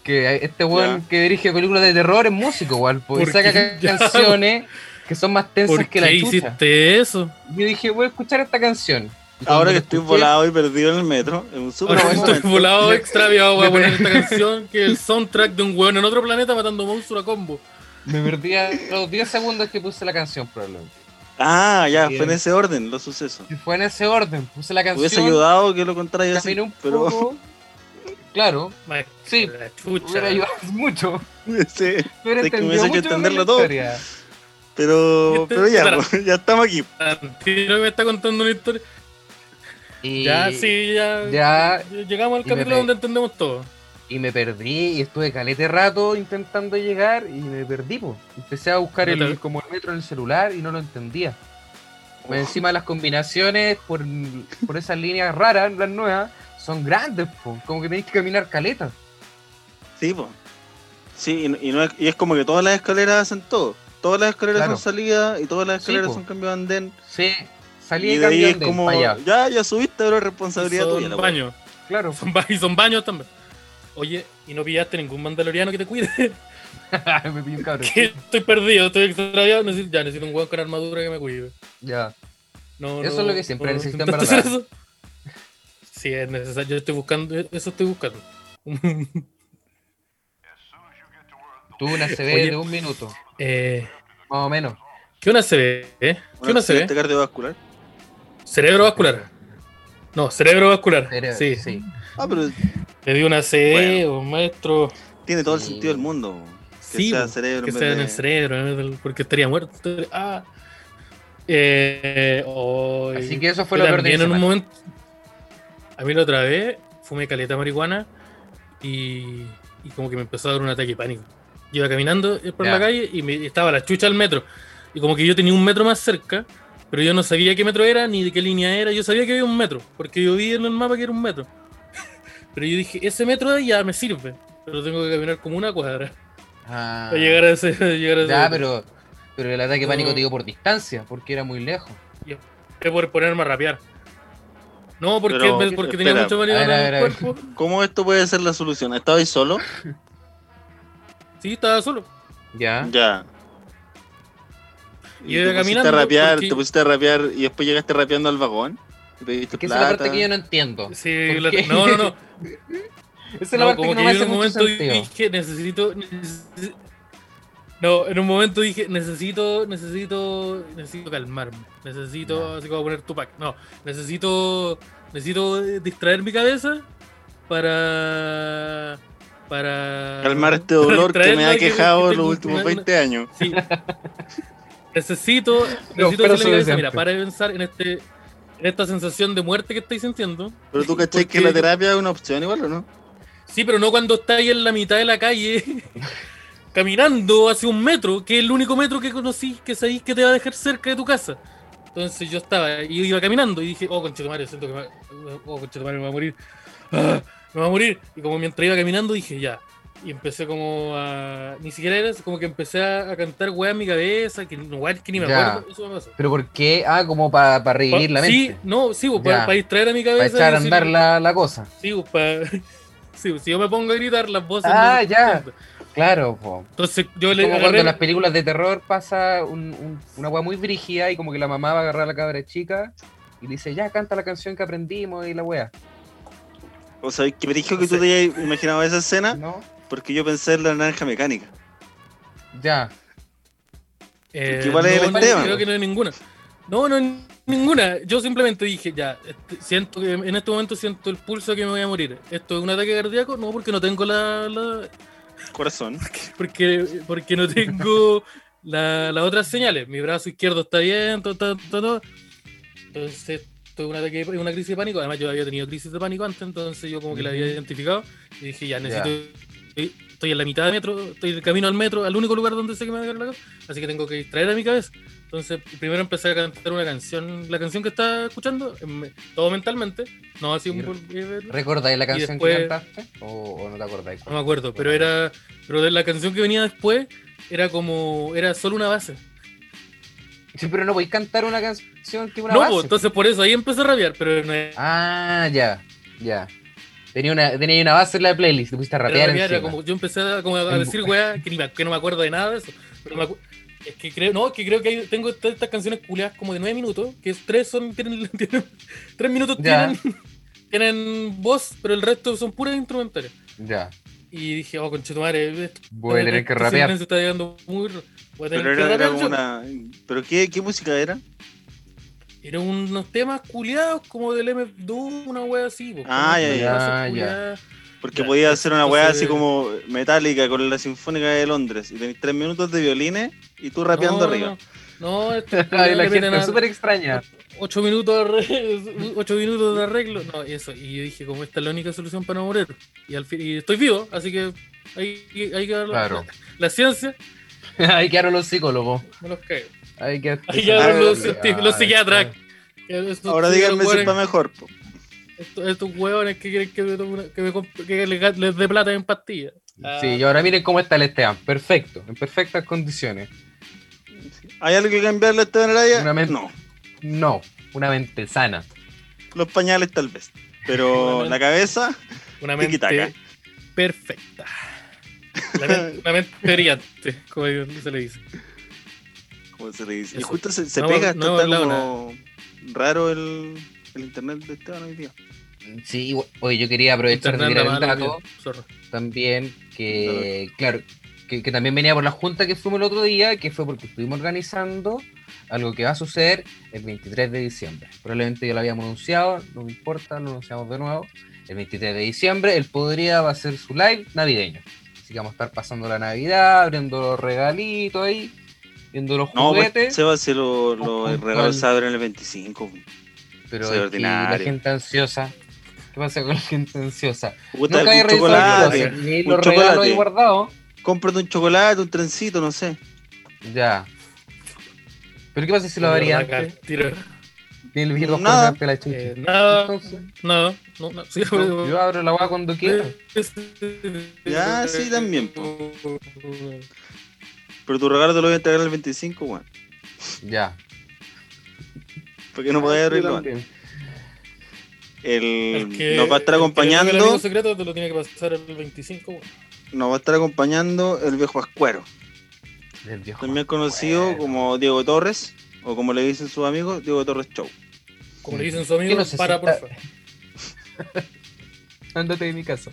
Speaker 3: Que este weón que dirige películas de terror es músico, weón. po, y
Speaker 2: ¿Por
Speaker 3: saca
Speaker 2: qué? Ya,
Speaker 3: canciones que son más
Speaker 2: ¿Por
Speaker 3: tensas que
Speaker 2: qué
Speaker 3: la chucha.
Speaker 2: hiciste eso?
Speaker 3: Yo dije, voy a escuchar esta canción. Y cuando la
Speaker 4: Ahora que estoy
Speaker 3: escuché,
Speaker 4: volado y perdido en el metro, es un súper
Speaker 2: Ahora
Speaker 4: buen
Speaker 2: estoy
Speaker 4: momento.
Speaker 2: volado
Speaker 3: Me-
Speaker 2: extraviado voy a
Speaker 3: me-
Speaker 2: poner esta canción que es el soundtrack de un weón en otro planeta matando monstruos a combo.
Speaker 3: Me perdí a los 10 segundos que puse la canción, probablemente.
Speaker 4: Ah, ya,
Speaker 3: Bien.
Speaker 4: fue en ese orden los sucesos.
Speaker 3: Y fue en ese orden, puse la canción.
Speaker 4: Hubiese ayudado que lo contrario así,
Speaker 3: caminé un
Speaker 4: pero
Speaker 3: poco. Claro,
Speaker 2: Ma-
Speaker 3: Sí,
Speaker 2: la chucha.
Speaker 3: hubiera ayudado mucho.
Speaker 4: sí,
Speaker 3: Hubiera
Speaker 4: Es que
Speaker 3: entendido
Speaker 4: me hubiese hecho
Speaker 3: mucho mejor la
Speaker 4: entenderlo todo.
Speaker 3: historia.
Speaker 4: pero, pero ya, pues, ya estamos aquí.
Speaker 2: Tarantino que me está contando una historia.
Speaker 3: Y,
Speaker 2: Ya, sí, ya.
Speaker 3: ya.
Speaker 2: Llegamos al
Speaker 3: Y me
Speaker 2: capítulo
Speaker 3: pe-
Speaker 2: donde entendemos todo.
Speaker 3: y me perdí y estuve calete rato intentando llegar y me perdí, po. Empecé a buscar
Speaker 2: No
Speaker 3: el,
Speaker 2: te-
Speaker 3: como el metro en el celular y no lo entendía. Más encima las combinaciones por, por esas líneas raras, las nuevas, son grandes, po. Como que tenéis que caminar caleta.
Speaker 4: Sí, po. Sí, y, y no es, y es como que todas las escaleras hacen todo. Todas las escaleras
Speaker 3: Claro.
Speaker 4: son salidas y todas las
Speaker 3: Sí,
Speaker 4: escaleras
Speaker 3: po.
Speaker 4: son cambio de andén.
Speaker 3: Sí, salí
Speaker 4: Y
Speaker 3: y
Speaker 4: de ahí
Speaker 3: cambié
Speaker 4: es
Speaker 3: de
Speaker 4: como,
Speaker 3: para allá.
Speaker 4: ya, ya subiste, pero es responsabilidad tuya.
Speaker 2: Son
Speaker 4: la
Speaker 2: baños.
Speaker 3: Claro.
Speaker 2: Son ba- y son baños también. Oye, ¿y no pillaste ningún mandaloriano que te cuide?
Speaker 3: me pilló un cabrón.
Speaker 2: Que estoy perdido, estoy extraviado. Necesito, ya, necesito un weón con armadura que me cuide.
Speaker 3: Ya.
Speaker 2: No,
Speaker 3: Eso
Speaker 2: no-
Speaker 3: es lo que siempre necesitan,
Speaker 2: intento hacer
Speaker 3: ¿verdad?
Speaker 2: eso. Sí, es necesario. Yo estoy buscando, eso estoy buscando.
Speaker 3: Tuve una CB
Speaker 2: Oye.
Speaker 3: de un minuto, más
Speaker 2: Eh,
Speaker 3: o menos.
Speaker 2: ¿Qué una CB? eh?
Speaker 4: weá.
Speaker 2: ¿Qué una
Speaker 4: accidente
Speaker 2: CB?
Speaker 4: cardiovascular.
Speaker 2: Cerebro vascular. No, cerebro vascular.
Speaker 3: Pero-
Speaker 2: sí.
Speaker 3: sí.
Speaker 4: Ah, pero
Speaker 2: Le di una CE o maestro.
Speaker 4: tiene todo el
Speaker 3: Sí.
Speaker 4: sentido del mundo. po. Que
Speaker 2: Sí,
Speaker 4: sea
Speaker 2: po,
Speaker 4: cerebro.
Speaker 2: que
Speaker 4: en vez
Speaker 2: sea en
Speaker 4: de-
Speaker 2: el cerebro, en vez del- porque estaría muerto. estaría- Ah. Eh, hoy-
Speaker 3: Así que eso fue
Speaker 2: Yo
Speaker 3: lo peor de mi
Speaker 2: también en un
Speaker 3: semana.
Speaker 2: momento. A mí la otra vez fumé caleta de marihuana y, y como que me empezó a dar un ataque de pánico. Yo iba caminando eh, por
Speaker 3: Ya.
Speaker 2: la calle y me, estaba la chucha al metro. Y como que yo tenía un metro más cerca, pero yo no sabía qué metro era ni de qué línea era. Yo sabía que había un metro, porque yo vi en el mapa que era un metro. Pero yo dije, ese metro ya me sirve, pero tengo que caminar como una cuadra
Speaker 3: Ah.
Speaker 2: para llegar a ese. a llegar a ese
Speaker 3: Ya,
Speaker 2: metro".
Speaker 3: pero, pero el ataque de
Speaker 2: No.
Speaker 3: pánico te dio por distancia, porque era muy lejos.
Speaker 2: Es por ponerme a rapear. No, porque,
Speaker 4: Pero,
Speaker 2: me- porque tenía
Speaker 4: espera,
Speaker 2: mucho
Speaker 3: a ver, a
Speaker 2: marihuana en
Speaker 3: ver, a
Speaker 2: el
Speaker 3: ver.
Speaker 2: cuerpo.
Speaker 4: ¿Cómo esto puede ser la solución? ¿Estabais solo?
Speaker 2: Sí, estaba solo.
Speaker 3: Ya.
Speaker 4: Ya.
Speaker 2: Y yo iba
Speaker 4: te pusiste a
Speaker 2: caminando,
Speaker 4: rapear,
Speaker 2: porque-
Speaker 4: te pusiste a rapear y después llegaste rapeando al vagón. Y pediste
Speaker 3: Que esa es la
Speaker 4: plata.
Speaker 3: parte que yo no entiendo.
Speaker 2: Sí,
Speaker 3: ¿Por
Speaker 2: la-
Speaker 3: qué?
Speaker 2: no, no, no.
Speaker 3: Esa es la
Speaker 2: No,
Speaker 3: parte
Speaker 2: como que
Speaker 3: que no me
Speaker 2: yo en un
Speaker 3: hace mucho
Speaker 2: momento
Speaker 3: sentido.
Speaker 2: dije, necesito, necesi- No, en un momento dije, necesito, necesito, necesito calmarme. Necesito,
Speaker 3: Ya.
Speaker 2: así como poner Tupac. No, necesito, necesito eh, distraer mi cabeza para... Para...
Speaker 4: Calmar este
Speaker 2: para
Speaker 4: dolor que me
Speaker 2: distraerla
Speaker 4: ha quejado
Speaker 2: tengo-
Speaker 4: los últimos
Speaker 2: tengo-
Speaker 4: 20 años.
Speaker 2: Sí. Necesito,
Speaker 3: No,
Speaker 2: necesito decirle
Speaker 3: pero
Speaker 2: a mi cabeza,
Speaker 3: suficiente.
Speaker 2: mira, para de pensar en este... En esta sensación de muerte que estáis sintiendo,
Speaker 4: Pero tú cachai que
Speaker 2: Porque-
Speaker 4: la terapia es una opción igual, ¿o no?
Speaker 2: Sí, pero no cuando estáis en la mitad de la calle caminando hacia un metro, que es el único metro que conocí que sabéis que te va a dejar cerca de tu casa. Entonces yo estaba, y iba caminando y dije, oh, conchetumare, siento que me, va- oh, conchetumare, me va a morir. Ah, me va a morir. Y como mientras iba caminando dije, ya. Y empecé como a... Ni siquiera era eso, como que empecé a, a cantar weá en mi cabeza, que, weá que ni me
Speaker 3: Ya.
Speaker 2: acuerdo. Eso me pasó.
Speaker 3: Pero ¿por qué? Ah, como para revivir la
Speaker 2: sí,
Speaker 3: mente.
Speaker 2: no, sí,
Speaker 3: Ya.
Speaker 2: para, distraer a mi cabeza.
Speaker 3: Para
Speaker 2: y
Speaker 3: echar a
Speaker 2: decir,
Speaker 3: andar la, la cosa.
Speaker 2: Sí, pues, pa- sí, pues, si yo me pongo a gritar, las voces. no
Speaker 3: Ah,
Speaker 2: se
Speaker 3: ya.
Speaker 2: escuchan. pues.
Speaker 3: Claro, po.
Speaker 2: Entonces yo le
Speaker 3: como
Speaker 2: agarré-
Speaker 3: cuando en las películas de terror pasa un- un- una weá muy brígida y como que la mamá va a agarrar a la cabra chica y le dice, ya canta la canción que aprendimos y la weá.
Speaker 4: O sea, que me dijo
Speaker 2: No
Speaker 4: que tú
Speaker 2: sé.
Speaker 4: te hayas imaginado esa escena
Speaker 3: ¿No?
Speaker 4: porque yo pensé en la naranja mecánica.
Speaker 3: Ya.
Speaker 2: Eh,
Speaker 4: que igual es
Speaker 2: no,
Speaker 4: el
Speaker 2: no, Eh,
Speaker 4: Esteban.
Speaker 2: Creo que no hay ninguna. No, no hay Ninguna. Yo simplemente dije, ya, este, siento que en este momento siento el pulso que me voy a morir. ¿Esto es un ataque cardíaco? No, porque no tengo la. la-
Speaker 4: Corazón.
Speaker 2: porque, porque no tengo la- las otras señales. Mi brazo izquierdo está bien, todo, todo, todo. Entonces, tuve un ataque, de- una crisis de pánico. Además, yo había tenido crisis de pánico antes, entonces yo como que la había identificado. Y dije, ya, necesito. Estoy, estoy en la mitad del metro, estoy de camino al metro, al único lugar donde sé que me va a caer la cosa. Así que tengo que distraer a mi cabeza. Entonces, primero empecé a cantar una canción, la canción que estaba escuchando, em, todo mentalmente, no así un.
Speaker 3: Y-
Speaker 2: por- eh,
Speaker 3: ¿Recordáis la canción
Speaker 2: después-
Speaker 3: que cantaste? ¿O, o no te acordáis?
Speaker 2: no me acuerdo, pero era. Pero de la canción que venía después era como. Era solo una base.
Speaker 3: Sí, pero no podéis cantar una canción que una
Speaker 2: no,
Speaker 3: base.
Speaker 2: po, entonces por eso ahí empecé a rabiar, pero no era.
Speaker 3: Ah, ya, ya. Tenía una, tenía una base en la playlist, te pusiste a rapear
Speaker 2: rabiar, era
Speaker 3: encima. Em,
Speaker 2: como, yo empecé a, como a
Speaker 3: En-
Speaker 2: decir, weá, que, ni me- que no me acuerdo de nada de eso. Pero me acu- es que creo, no, es que creo que hay- tengo estas, estas canciones culiadas como de nueve minutos, que es tres son, tienen, tienen- tres minutos
Speaker 3: Ya.
Speaker 2: tienen, tienen voz, pero el resto son puras instrumentales.
Speaker 3: Ya,
Speaker 2: Y dije, oh, conchetumare, esto-
Speaker 3: voy a tener que
Speaker 2: este
Speaker 3: rapear.
Speaker 2: silencio está llegando muy. r- voy a tener
Speaker 4: Pero
Speaker 2: que
Speaker 4: era, era
Speaker 2: rapear
Speaker 4: como
Speaker 2: yo.
Speaker 4: una. ¿Pero qué, qué música era?
Speaker 2: Eran unos temas culiados como del MF Doom, una wea así. po,
Speaker 4: Ah,
Speaker 2: como
Speaker 4: ya,
Speaker 3: ya.
Speaker 2: cosas
Speaker 3: Ah, ya.
Speaker 2: culiadas.
Speaker 4: Porque
Speaker 2: Ya,
Speaker 4: podía hacer una weá así
Speaker 2: entonces-
Speaker 4: como metálica con la Sinfónica de Londres. Y tenéis tres minutos de violines y tú rapeando
Speaker 2: No,
Speaker 4: arriba.
Speaker 2: No, no, esto
Speaker 3: Ay, la gente
Speaker 2: era
Speaker 3: es súper extraña.
Speaker 2: 8 minutos, de arreglo, ocho minutos de arreglo. No, y eso. Y yo dije, como esta es la única solución para no morir. Y, al fin, y estoy vivo, así que hay, hay que dar la,
Speaker 3: Claro.
Speaker 2: la ciencia.
Speaker 3: Ahí quedaron los psicólogos.
Speaker 2: Me los caigo.
Speaker 3: Ahí quedaron,
Speaker 2: Ahí quedaron
Speaker 4: los
Speaker 2: científicos, los psiquiatras. Estos-
Speaker 4: Ahora
Speaker 2: estos
Speaker 4: díganme si
Speaker 2: hueones-
Speaker 4: está mejor. po.
Speaker 2: Estos, estos hueones que quieren que, me tome una- que, me comp- que les, les dé plata en pastillas.
Speaker 3: Sí, y ahora miren cómo está el Esteban. Perfecto, en perfectas condiciones.
Speaker 4: ¿Hay algo que cambiarle a esta Araya?
Speaker 3: Una men-
Speaker 4: No.
Speaker 3: No, una mente sana.
Speaker 4: Los pañales tal vez. Pero
Speaker 2: Una
Speaker 4: la cabeza.
Speaker 2: Una mente
Speaker 4: Tiki-taka.
Speaker 2: perfecta. La men- una mente brillante, como se le dice.
Speaker 4: ¿Cómo se le dice? Y
Speaker 2: Eso.
Speaker 4: justo se, se
Speaker 2: No,
Speaker 4: pega.
Speaker 2: no,
Speaker 4: está
Speaker 2: no,
Speaker 4: como raro el, el internet de Esteban hoy día.
Speaker 3: Sí, igual- oye, yo quería aprovechar de
Speaker 2: Internet
Speaker 3: tirar
Speaker 2: anda mal,
Speaker 3: un dato.
Speaker 2: bien, zorra.
Speaker 3: también que, claro, que, que también venía por la junta que fuimos el otro día, que fue porque estuvimos organizando algo que va a suceder el 23 de diciembre. Probablemente ya lo habíamos anunciado, no me importa, lo anunciamos de nuevo. El 23 de diciembre, el Podría va a hacer su live navideño. Así que vamos a estar pasando la Navidad, abriendo los regalitos ahí, viendo los
Speaker 4: No, pues,
Speaker 3: juguetes.
Speaker 4: Seba se lo, lo
Speaker 3: Con-
Speaker 4: regaló
Speaker 3: con-
Speaker 4: se abre en el 25. po.
Speaker 3: pero
Speaker 4: se
Speaker 3: es
Speaker 4: ve
Speaker 3: que la
Speaker 4: ordinario.
Speaker 3: gente ansiosa. ¿Qué pasa con la gente ansiosa?
Speaker 4: Puta,
Speaker 3: Nunca hay
Speaker 4: algún
Speaker 3: revisado
Speaker 4: chocolate.
Speaker 3: el closet, ni
Speaker 4: un
Speaker 3: los regalos ahí
Speaker 4: chocolate.
Speaker 3: guardados.
Speaker 4: Cómprate un chocolate, un trencito, no sé.
Speaker 3: Ya. ¿Pero qué pasa si lo
Speaker 2: Lo
Speaker 3: abría
Speaker 2: saca
Speaker 3: antes?
Speaker 2: al tiro.
Speaker 3: Ni el virus
Speaker 4: Nada.
Speaker 3: cortante la chucha.
Speaker 2: Eh, nada,
Speaker 3: Entonces,
Speaker 2: nada, no, no, sí,
Speaker 3: yo, yo abro la agua cuando quiera.
Speaker 4: Ya, sí, también, Pero tu regalo te lo voy a entregar el 25, weón.
Speaker 3: Ya.
Speaker 4: Porque no podés abrirlo antes.
Speaker 3: Ah, También.
Speaker 4: El,
Speaker 2: El que-
Speaker 4: Eh, nos va a estar
Speaker 2: el que tenga El
Speaker 4: acompañando.
Speaker 2: amigo secreto te lo tiene que pasar el 25. weón.
Speaker 4: Nos va a estar acompañando el viejo Ascuero.
Speaker 3: El viejo.
Speaker 4: También conocido
Speaker 3: Bueno.
Speaker 4: como Diego Torres. O como le dicen sus amigos, Diego Torres Show.
Speaker 2: Como le dicen sus
Speaker 3: Yo
Speaker 2: amigos,
Speaker 3: no sé si
Speaker 2: para,
Speaker 3: está-
Speaker 2: porfa.
Speaker 3: Ándate de mi casa.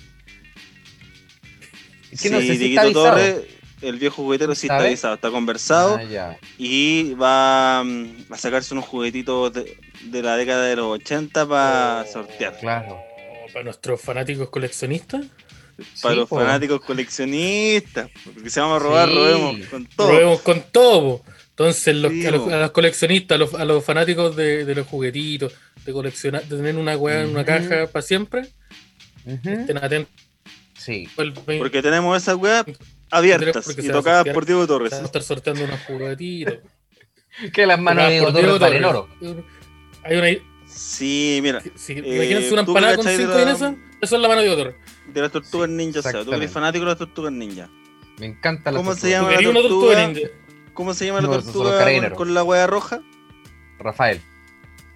Speaker 3: Es
Speaker 4: Sí,
Speaker 3: que no sé si está
Speaker 4: Dieguito
Speaker 3: avisado.
Speaker 4: Torres, el viejo juguetero, sí está
Speaker 3: ¿Sabe?
Speaker 4: avisado, está conversado.
Speaker 3: Ah, ya.
Speaker 4: Y va mm, a sacarse unos juguetitos de, de la década de los 80 para Ah, sortear.
Speaker 3: Claro.
Speaker 2: Oh, Para nuestros fanáticos coleccionistas,
Speaker 4: Para
Speaker 3: Sí,
Speaker 4: los
Speaker 3: po.
Speaker 4: fanáticos coleccionistas. Porque si vamos a robar,
Speaker 3: Sí.
Speaker 4: robemos con todo.
Speaker 2: probemos con todo. po. Entonces, los-
Speaker 4: Sí,
Speaker 2: a, los,
Speaker 4: po.
Speaker 2: a los coleccionistas, a los, a los fanáticos de, de los juguetitos, de coleccionar, de tener una weá en una
Speaker 3: Ujú.
Speaker 2: caja para siempre,
Speaker 3: Ujú.
Speaker 2: estén atentos
Speaker 3: Sí.
Speaker 2: el 20
Speaker 4: Porque tenemos esas weas abiertas
Speaker 2: Porque
Speaker 4: y
Speaker 2: se va a
Speaker 4: tocadas
Speaker 2: sortear.
Speaker 4: por Diego Torres.
Speaker 2: Vamos a estar sorteando unos juguetitos.
Speaker 3: Que las manos de Diego
Speaker 2: Por Diego
Speaker 3: Torres valen
Speaker 2: Torres.
Speaker 3: oro.
Speaker 2: Hay una,
Speaker 4: Sí, mira.
Speaker 2: sí,
Speaker 4: Eh,
Speaker 2: imagínense una
Speaker 4: ¿tú
Speaker 2: empanada con
Speaker 4: cachai de
Speaker 2: cinco
Speaker 4: la-
Speaker 2: en esa, eso es la mano de Diego Torres.
Speaker 4: De las tortugas ninja, o sea, tú eres
Speaker 3: exactamente.
Speaker 4: fanático de las tortugas ninja.
Speaker 3: Me encanta la
Speaker 4: ¿Cómo se
Speaker 3: tortuga.
Speaker 2: Tú
Speaker 4: llama? la
Speaker 2: querías una
Speaker 4: tortuga.
Speaker 2: tortuga ninja.
Speaker 4: ¿Cómo se llama la
Speaker 3: No, esos son los
Speaker 4: tortuga con,
Speaker 3: carabineros.
Speaker 4: con la wea roja?
Speaker 3: Rafael.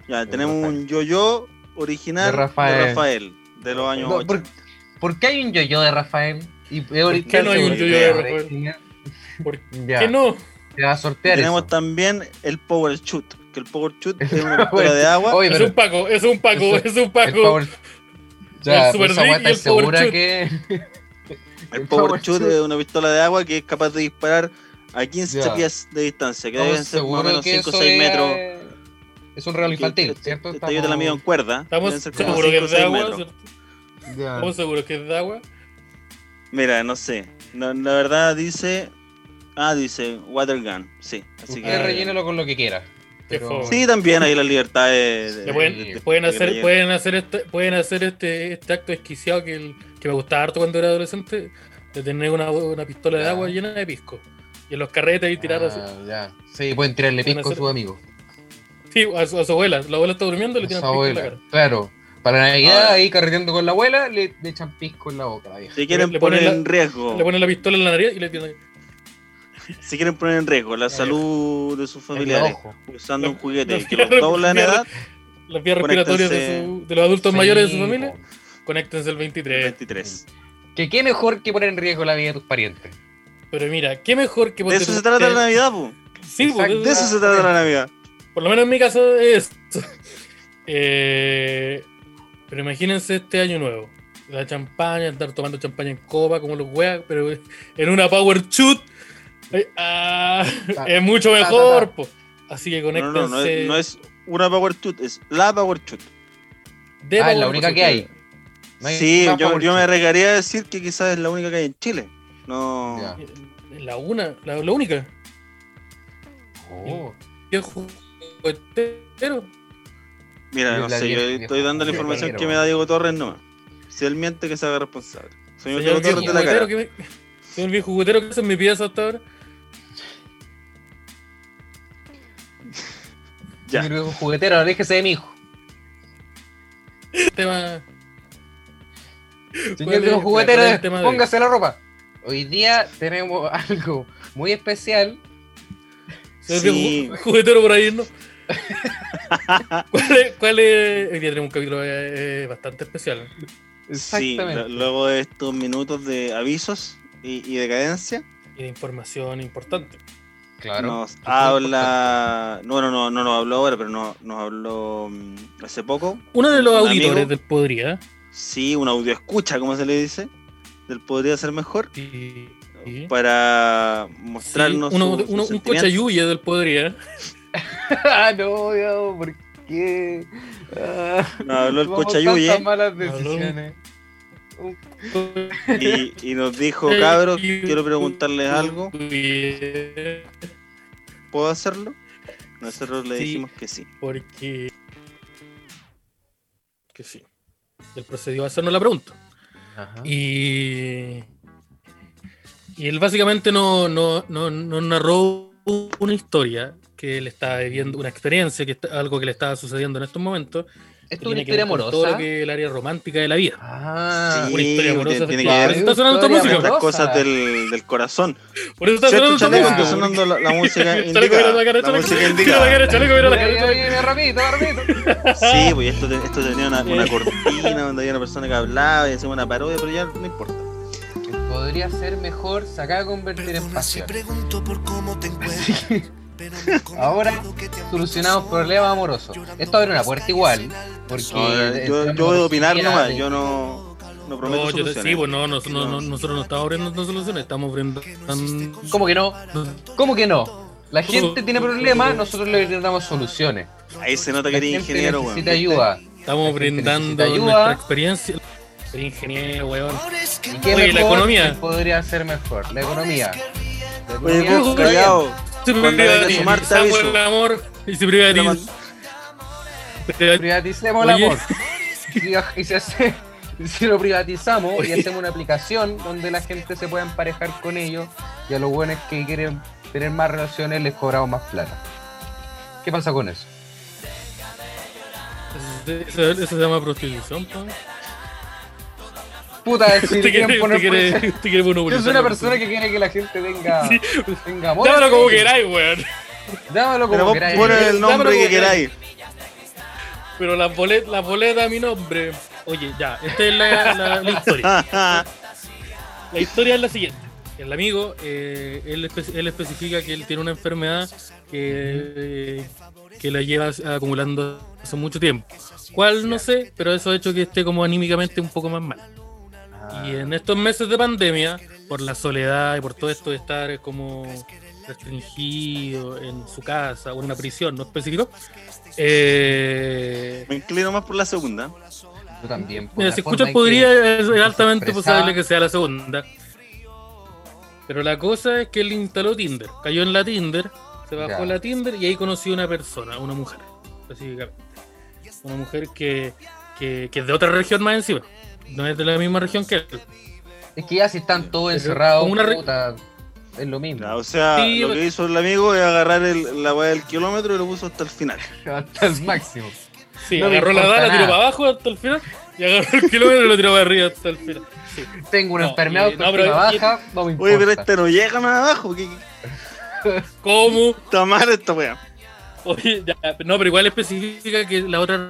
Speaker 4: Ya,
Speaker 3: De
Speaker 4: tenemos
Speaker 3: Rafael.
Speaker 4: un yo-yo original de
Speaker 3: De
Speaker 4: Rafael.
Speaker 3: Rafael.
Speaker 4: de los años
Speaker 3: No,
Speaker 4: 80.
Speaker 3: ¿por, por qué hay un yo-yo de Rafael? ¿Y ¿Por
Speaker 2: qué no hay un yo-yo de ¿Por
Speaker 3: Ya.
Speaker 2: ¿Qué no?
Speaker 3: Te va a
Speaker 4: Y
Speaker 3: sortear
Speaker 4: tenemos
Speaker 3: eso.
Speaker 4: también el Power Shoot, que el Power Shoot es una pistola de agua.
Speaker 3: Oye,
Speaker 2: Es
Speaker 3: pero
Speaker 2: un Paco, es un Paco,
Speaker 3: Eso-
Speaker 2: es un
Speaker 3: el
Speaker 2: Paco.
Speaker 3: Power... Ya,
Speaker 2: Super
Speaker 3: pues, esa
Speaker 2: League
Speaker 3: weá
Speaker 2: y
Speaker 3: está
Speaker 2: el Power
Speaker 3: segura
Speaker 2: Shoot.
Speaker 3: que...
Speaker 4: El
Speaker 3: el
Speaker 4: Power
Speaker 3: Power
Speaker 4: Shoot
Speaker 3: Shoot.
Speaker 4: es una pistola de agua que es capaz de disparar a 15
Speaker 3: Ya.
Speaker 4: pies de distancia, que
Speaker 3: Estamos
Speaker 4: deben ser más o
Speaker 3: seguros
Speaker 4: menos
Speaker 3: que
Speaker 4: 5 o
Speaker 3: eso
Speaker 4: 6
Speaker 3: es-
Speaker 4: metros
Speaker 3: Es un regalo
Speaker 4: Porque
Speaker 3: infantil,
Speaker 4: este-
Speaker 3: ¿cierto?
Speaker 4: Esta yo te la mido en cuerda.
Speaker 2: Estamos
Speaker 4: deben ser como
Speaker 2: seguros que
Speaker 4: cinco o
Speaker 2: es de
Speaker 4: seis
Speaker 2: agua.
Speaker 4: metros.
Speaker 2: ¿cierto?
Speaker 3: Ya.
Speaker 2: Estamos seguros que es de agua.
Speaker 4: Mira, no sé. No, la verdad dice. Ah, dice Water Gun. Sí, así
Speaker 2: Ah, ya.
Speaker 3: Usted
Speaker 4: que.
Speaker 3: rellénelo con lo que quiera.
Speaker 2: fome.
Speaker 4: Sí, también hay la libertad de. de-
Speaker 2: Le
Speaker 4: Eh, de-
Speaker 2: pueden,
Speaker 4: de-
Speaker 2: pueden
Speaker 4: de
Speaker 2: hacer,
Speaker 4: relleno.
Speaker 2: pueden hacer este, pueden hacer este, este acto desquiciado que, el- que me gustaba harto cuando era adolescente, de tener una, una pistola de
Speaker 3: Ya.
Speaker 2: agua llena de pisco. Y en los carretes y tirar así.
Speaker 3: Ah, ya. Sí, pueden tirarle
Speaker 2: Pueden
Speaker 3: pisco a
Speaker 2: hacer-
Speaker 3: sus amigos.
Speaker 2: Sí, a su, a su abuela. La abuela está durmiendo y le
Speaker 3: A
Speaker 2: tiran
Speaker 3: su
Speaker 2: pisco en la
Speaker 3: abuela.
Speaker 2: cara.
Speaker 3: Claro. Para Navidad,
Speaker 4: Ahora.
Speaker 3: ahí carreteando con la abuela, le, le echan pisco en la boca, la vieja.
Speaker 4: Si quieren
Speaker 2: le ponen
Speaker 4: poner
Speaker 2: la-
Speaker 4: en riesgo.
Speaker 2: Le ponen la pistola en la nariz y le tiran.
Speaker 4: Si quieren poner en riesgo la
Speaker 3: Ya,
Speaker 4: salud de sus
Speaker 3: En la
Speaker 4: familiares
Speaker 3: ojo.
Speaker 4: usando un
Speaker 2: Los
Speaker 4: juguete que
Speaker 2: vías
Speaker 4: los dobla en edad,
Speaker 2: Las vías respiratorias de,
Speaker 4: Conéctense.
Speaker 2: su- de los adultos
Speaker 3: Sí,
Speaker 2: mayores de su
Speaker 3: po.
Speaker 2: familia, conéctense el 23.
Speaker 4: 23.
Speaker 3: Que qué mejor que poner en riesgo la vida de tus parientes.
Speaker 2: Pero mira, qué mejor que
Speaker 4: De eso se trata la Navidad, pu.
Speaker 2: Sí, po,
Speaker 3: Exacto.
Speaker 4: De eso se trata la Navidad.
Speaker 2: Por lo menos en mi caso es. Eh, pero imagínense este año nuevo. La champaña, estar tomando champaña en copa, como los weas, pero en una power shoot. Ay, ah,
Speaker 3: Ta-
Speaker 2: es mucho
Speaker 3: ta- ta-
Speaker 2: mejor, po. Así que
Speaker 4: No, no,
Speaker 2: conéctense.
Speaker 4: no, no es, no es una Power Tooth, es la Power Tooth.
Speaker 2: de
Speaker 3: ah, es la
Speaker 2: power
Speaker 3: única
Speaker 2: shoot.
Speaker 3: que hay. No hay
Speaker 4: Sí,
Speaker 3: más
Speaker 4: yo,
Speaker 3: Power
Speaker 4: yo me
Speaker 3: Tooth.
Speaker 4: regaría a decir que quizás es la única que hay en Chile. No.
Speaker 3: Ya.
Speaker 2: eh, La una, la, la única.
Speaker 3: Oh.
Speaker 2: Y el juguetero.
Speaker 4: Mira,
Speaker 3: Yo
Speaker 4: no
Speaker 3: la
Speaker 4: sé,
Speaker 3: vi-
Speaker 4: yo
Speaker 3: vi-
Speaker 4: estoy dando la
Speaker 3: vi-
Speaker 4: información
Speaker 3: vi-
Speaker 4: que me da Diego Torres nomás. Si él miente, que se haga responsable. Señor,
Speaker 2: Señor
Speaker 4: Diego
Speaker 2: viejo
Speaker 4: Torres de la cara.
Speaker 2: juguetero, que me- señor viejo juguetero que hace en mi pieza hasta ahora.
Speaker 4: Ya.
Speaker 3: Yo creo que es un juguetero, aléjese de mi hijo.
Speaker 2: Tema.
Speaker 3: Señor viejo
Speaker 2: es-
Speaker 3: juguetero,
Speaker 2: cuál es el tema de hoy?
Speaker 3: póngase la ropa. Hoy día tenemos algo muy especial.
Speaker 2: Se
Speaker 4: Sí.
Speaker 2: vio ju- juguetero por ahí, ¿no? ¿Cuál es, cuál es? Hoy día tenemos un capítulo eh, bastante especial.
Speaker 4: Sí,
Speaker 3: Exactamente.
Speaker 4: lo- luego de estos minutos de avisos y, y decadencia,
Speaker 2: Y de información importante.
Speaker 3: Claro.
Speaker 4: nos
Speaker 3: muy
Speaker 4: habla. Bueno, no, no nos habló ahora, pero no, nos habló mm, hace poco.
Speaker 2: Uno de los
Speaker 4: Un
Speaker 2: auditores
Speaker 4: amigo.
Speaker 2: del Podría.
Speaker 4: Sí, un audio escucha, como se le dice, del podría ser mejor,
Speaker 2: y- y-
Speaker 4: para
Speaker 2: sí,
Speaker 4: mostrarnos.
Speaker 2: uno-
Speaker 4: su- sus
Speaker 2: uno- un
Speaker 4: sentimientos.
Speaker 2: cochayuya del Podría.
Speaker 3: ah, no, Dios, ¿por qué? Ah,
Speaker 4: Nos habló el
Speaker 3: tomamos
Speaker 4: cochayuye.
Speaker 3: tantas malas
Speaker 2: Habló un-
Speaker 3: decisiones. Un-
Speaker 4: y, y nos dijo, cabros, quiero preguntarles algo. ¿Puedo hacerlo? Nosotros le
Speaker 2: Sí.
Speaker 4: dijimos que sí.
Speaker 2: Porque. Que sí. Él procedió a hacernos la pregunta.
Speaker 3: Ajá.
Speaker 2: Y. Y él básicamente no, no, no, no narró una historia que le estaba viviendo, una experiencia, que está- algo que le estaba sucediendo en estos momentos.
Speaker 3: Esto
Speaker 2: que tiene
Speaker 3: es una
Speaker 2: que ver
Speaker 3: historia
Speaker 2: con Todo lo
Speaker 3: amorosa.
Speaker 2: que es el área romántica de la vida.
Speaker 3: Ah,
Speaker 4: Sí,
Speaker 2: una historia amorosa,
Speaker 4: tiene- tiene que
Speaker 2: efectivamente.
Speaker 4: ver
Speaker 2: Está sonando esta
Speaker 3: Historia
Speaker 2: música.
Speaker 4: Las
Speaker 3: amorosa.
Speaker 4: cosas del, del corazón.
Speaker 2: Por eso está sonando
Speaker 4: Cierto,
Speaker 2: esta
Speaker 4: chaleco,
Speaker 3: también,
Speaker 4: está
Speaker 2: música.
Speaker 3: sonando
Speaker 4: sonando la, la música
Speaker 2: El chaleco era la cara,
Speaker 4: indicada.
Speaker 2: el
Speaker 4: La
Speaker 2: chaleco
Speaker 4: música
Speaker 2: era la cara, el chaleco era
Speaker 4: indicada.
Speaker 2: la
Speaker 3: Ahí,
Speaker 2: cara.
Speaker 3: ahí viene Ramito, Ramito.
Speaker 4: Sí, pues esto, te- esto tenía una, una cortina donde había una persona que hablaba y hacía una parodia, pero ya no importa.
Speaker 3: Podría ser mejor sacar a convertir en
Speaker 5: Perdona si
Speaker 3: pasión.
Speaker 5: pregunto por cómo te encuentras. pero me han
Speaker 3: Ahora
Speaker 5: comentado que te han
Speaker 3: Solucionamos
Speaker 5: visto sola,
Speaker 3: problemas amorosos.
Speaker 5: llorando
Speaker 3: Esto abre una
Speaker 5: las
Speaker 3: puerta
Speaker 5: calles
Speaker 3: igual.
Speaker 5: en alta
Speaker 3: Porque
Speaker 5: soledad.
Speaker 4: No, yo, yo voy a opinar nomás, yo no, no prometo eh.
Speaker 2: No, yo te-
Speaker 4: soluciones.
Speaker 2: sí, pues no, nos- no, no, nosotros no estamos abriendo soluciones, estamos abriendo.
Speaker 3: ¿Cómo que no? ¿Cómo que no? La gente tiene problemas, nosotros le brindamos soluciones.
Speaker 4: Ahí se nota que
Speaker 3: La
Speaker 4: eres
Speaker 3: gente
Speaker 4: ingeniero, weón.
Speaker 3: necesita ayuda.
Speaker 2: Estamos
Speaker 3: gente
Speaker 2: brindando
Speaker 3: necesita ayuda.
Speaker 2: nuestra experiencia. Ser ingeniero, weón.
Speaker 5: Ahora es que
Speaker 3: ¿Y
Speaker 5: no
Speaker 3: qué
Speaker 2: Oye, ¿y la
Speaker 3: mejor
Speaker 2: economía?
Speaker 3: podría ser mejor? La economía. La
Speaker 4: Oye,
Speaker 3: economía
Speaker 4: vos,
Speaker 3: está bien.
Speaker 4: callado.
Speaker 2: Se
Speaker 4: Cuando venga a sumar, te
Speaker 2: privatizamos
Speaker 4: aviso.
Speaker 2: el amor y se privatiza. Privatiza-
Speaker 3: Privaticemos el
Speaker 2: Oye.
Speaker 3: amor. Y- Y si, hace- si lo privatizamos y hacemos una aplicación donde la gente se pueda emparejar con ellos y a los buenos que quieren tener más relaciones les cobramos más plata. ¿Qué pasa con eso?
Speaker 2: Eso, eso se llama prostitución. po.
Speaker 3: Puta, si
Speaker 2: Usted
Speaker 3: quieren
Speaker 2: quiere, usted
Speaker 3: poner
Speaker 2: quiere, usted quiere
Speaker 3: Yo
Speaker 2: monopolizar
Speaker 3: soy
Speaker 2: la
Speaker 3: una persona
Speaker 2: prostitución.
Speaker 3: que quiere que la gente tenga, tenga amor.
Speaker 2: Dámelo como queráis, weón.
Speaker 3: Dámelo
Speaker 4: Pero
Speaker 3: como
Speaker 4: vos
Speaker 3: queráis.
Speaker 4: pones el
Speaker 2: Dámelo
Speaker 4: nombre
Speaker 2: como
Speaker 4: que
Speaker 2: queráis.
Speaker 4: queráis.
Speaker 2: Pero las boletas, las boletas a mi nombre. Oye, ya, esta es la, la- la historia. La historia es la siguiente. El amigo, eh, él, espe- él especifica que él tiene una enfermedad que, eh, que la lleva acumulando hace mucho tiempo. ¿Cuál? No sé, pero eso ha hecho que esté como anímicamente un poco más mal.
Speaker 3: Ah,
Speaker 2: Y en estos meses de pandemia, por la soledad y por todo esto de estar como restringido en su casa o en una prisión, no específico. Eh,
Speaker 4: Me inclino más por la segunda.
Speaker 3: Yo también. por
Speaker 2: mira,
Speaker 3: la
Speaker 2: si
Speaker 3: forma
Speaker 2: escuchas
Speaker 3: en que-
Speaker 2: podría, es altamente
Speaker 3: expresaba.
Speaker 2: posible que sea la segunda. Pero la cosa es que él instaló Tinder, cayó en la Tinder, se bajó
Speaker 3: Ya.
Speaker 2: la Tinder y ahí conoció una persona, una mujer, específicamente. Una mujer que, que, que es de otra región más encima, no es de la misma región que él.
Speaker 3: Es que ya si están todos
Speaker 2: Pero
Speaker 3: encerrados,
Speaker 2: con una re-
Speaker 3: puta, es lo mismo.
Speaker 4: Ya, o sea,
Speaker 2: Sí,
Speaker 4: lo
Speaker 2: pero-
Speaker 4: que hizo el amigo es agarrar el- la weá del kilómetro y lo puso hasta el final.
Speaker 3: Hasta el máximo.
Speaker 2: Sí,
Speaker 3: No me
Speaker 2: agarró la
Speaker 3: importa
Speaker 2: edad, la tiró
Speaker 3: nada.
Speaker 2: para abajo hasta el final y agarró el kilómetro y lo tiró para arriba hasta el final. Sí.
Speaker 3: Tengo una
Speaker 2: No,
Speaker 3: enfermedad
Speaker 2: y- no, pero-
Speaker 3: autoestima baja, no me importa.
Speaker 4: Oye, pero este no llega más abajo. ¿Qué, qué
Speaker 2: ¿Cómo?
Speaker 4: está mal esta weá?
Speaker 2: Oye, ya, no, pero igual especifica que la otra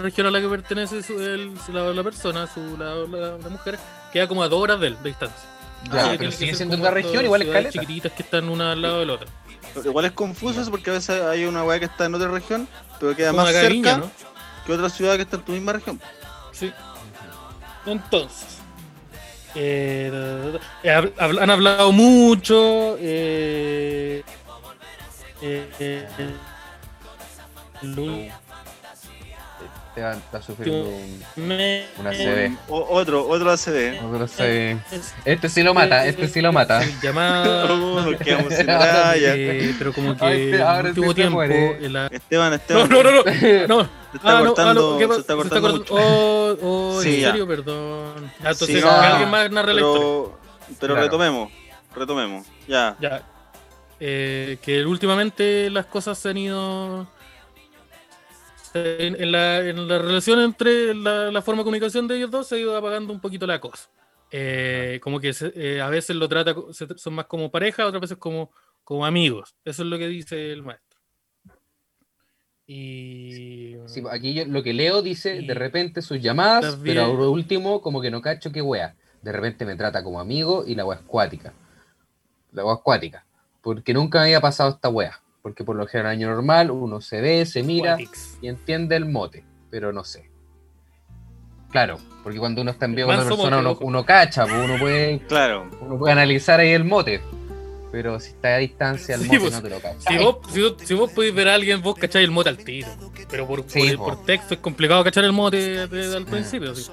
Speaker 2: región a la que pertenece su- el- su- la, la persona, su, la, la- la mujer, queda como a dos horas de, de distancia. Así que
Speaker 3: Ya, pero
Speaker 2: tiene que
Speaker 3: sigue
Speaker 2: ser
Speaker 3: siendo
Speaker 2: este como
Speaker 3: otra
Speaker 2: estas
Speaker 3: región, igual es
Speaker 2: ciudades
Speaker 3: caleta.
Speaker 2: chiquititas que están una al lado de la otra.
Speaker 4: Igual es confuso eso porque a veces hay una weá que está en otra región, pero queda
Speaker 2: Como
Speaker 4: más
Speaker 2: acá
Speaker 4: cerca
Speaker 2: de Viña, ¿no?
Speaker 4: que otra ciudad que está en tu misma región.
Speaker 2: Sí. Entonces. eh, da, da, da, eh, hab- habl- han hablado mucho. eh, eh, eh, el
Speaker 3: Te va- está sufriendo un...
Speaker 2: último
Speaker 3: Una CD. Sí.
Speaker 4: O- otro, otro ACD.
Speaker 3: no lo sé. Este sí lo mata, este sí lo mata.
Speaker 2: El llamado.
Speaker 4: Oh, nos quedamos sin raya.
Speaker 2: eh, pero como que
Speaker 3: Ahora sí- ahora
Speaker 2: en el
Speaker 3: sí
Speaker 2: último
Speaker 3: se
Speaker 2: tiempo.
Speaker 3: muere.
Speaker 2: el a-
Speaker 4: Esteban,
Speaker 2: No,
Speaker 4: Esteban.
Speaker 2: no, no, no.
Speaker 3: Está
Speaker 2: no.
Speaker 4: Se está
Speaker 2: ah, no, ah,
Speaker 4: cortando,
Speaker 2: no, ¿qué
Speaker 4: se
Speaker 2: pasa?
Speaker 4: está cortando mucho.
Speaker 2: Oh, oh,
Speaker 4: Sí,
Speaker 2: en
Speaker 4: ya.
Speaker 2: serio, perdón. Ah, entonces,
Speaker 4: Sí,
Speaker 2: que
Speaker 4: no,
Speaker 2: alguien más narra la historia.
Speaker 4: Pero, pero
Speaker 3: Claro.
Speaker 4: retomemos, retomemos. Ya.
Speaker 2: Ya. Eh, que últimamente las cosas se han ido. se- En, en la, en la relación entre la, la forma de comunicación de ellos dos se ha ido apagando un poquito la cosa. Eh, como que se- eh, a veces lo trata, co- se- son más como pareja, otras veces como, como amigos. Eso es lo que dice el maestro. Y. mm,
Speaker 3: Sí, pues, aquí yo- lo que leo dice, de repente sus llamadas,
Speaker 2: Estás bien.
Speaker 3: pero a lo último como que no cacho qué wea. De repente me trata como amigo y la wea es cuática. La wea es cuática. Porque nunca me había pasado esta wea. Porque por lo general año normal uno se ve, se mira
Speaker 2: Cuatics.
Speaker 3: y entiende el mote, pero no sé. Claro, porque cuando uno está en vivo con
Speaker 2: Manso
Speaker 3: otra persona
Speaker 2: mote,
Speaker 3: uno,
Speaker 2: ojo.
Speaker 3: uno cacha, pues, uno puede,
Speaker 4: Claro.
Speaker 3: uno puede analizar ahí el mote. Pero si está a distancia el
Speaker 2: Sí,
Speaker 3: mote
Speaker 2: pues,
Speaker 3: no te lo cacha.
Speaker 2: Si vos, si, vos, si vos podéis ver a alguien, vos cacháis el mote al tiro. Pero por,
Speaker 3: Sí,
Speaker 2: por-
Speaker 3: po.
Speaker 2: por texto es complicado cachar el mote de- al principio. así.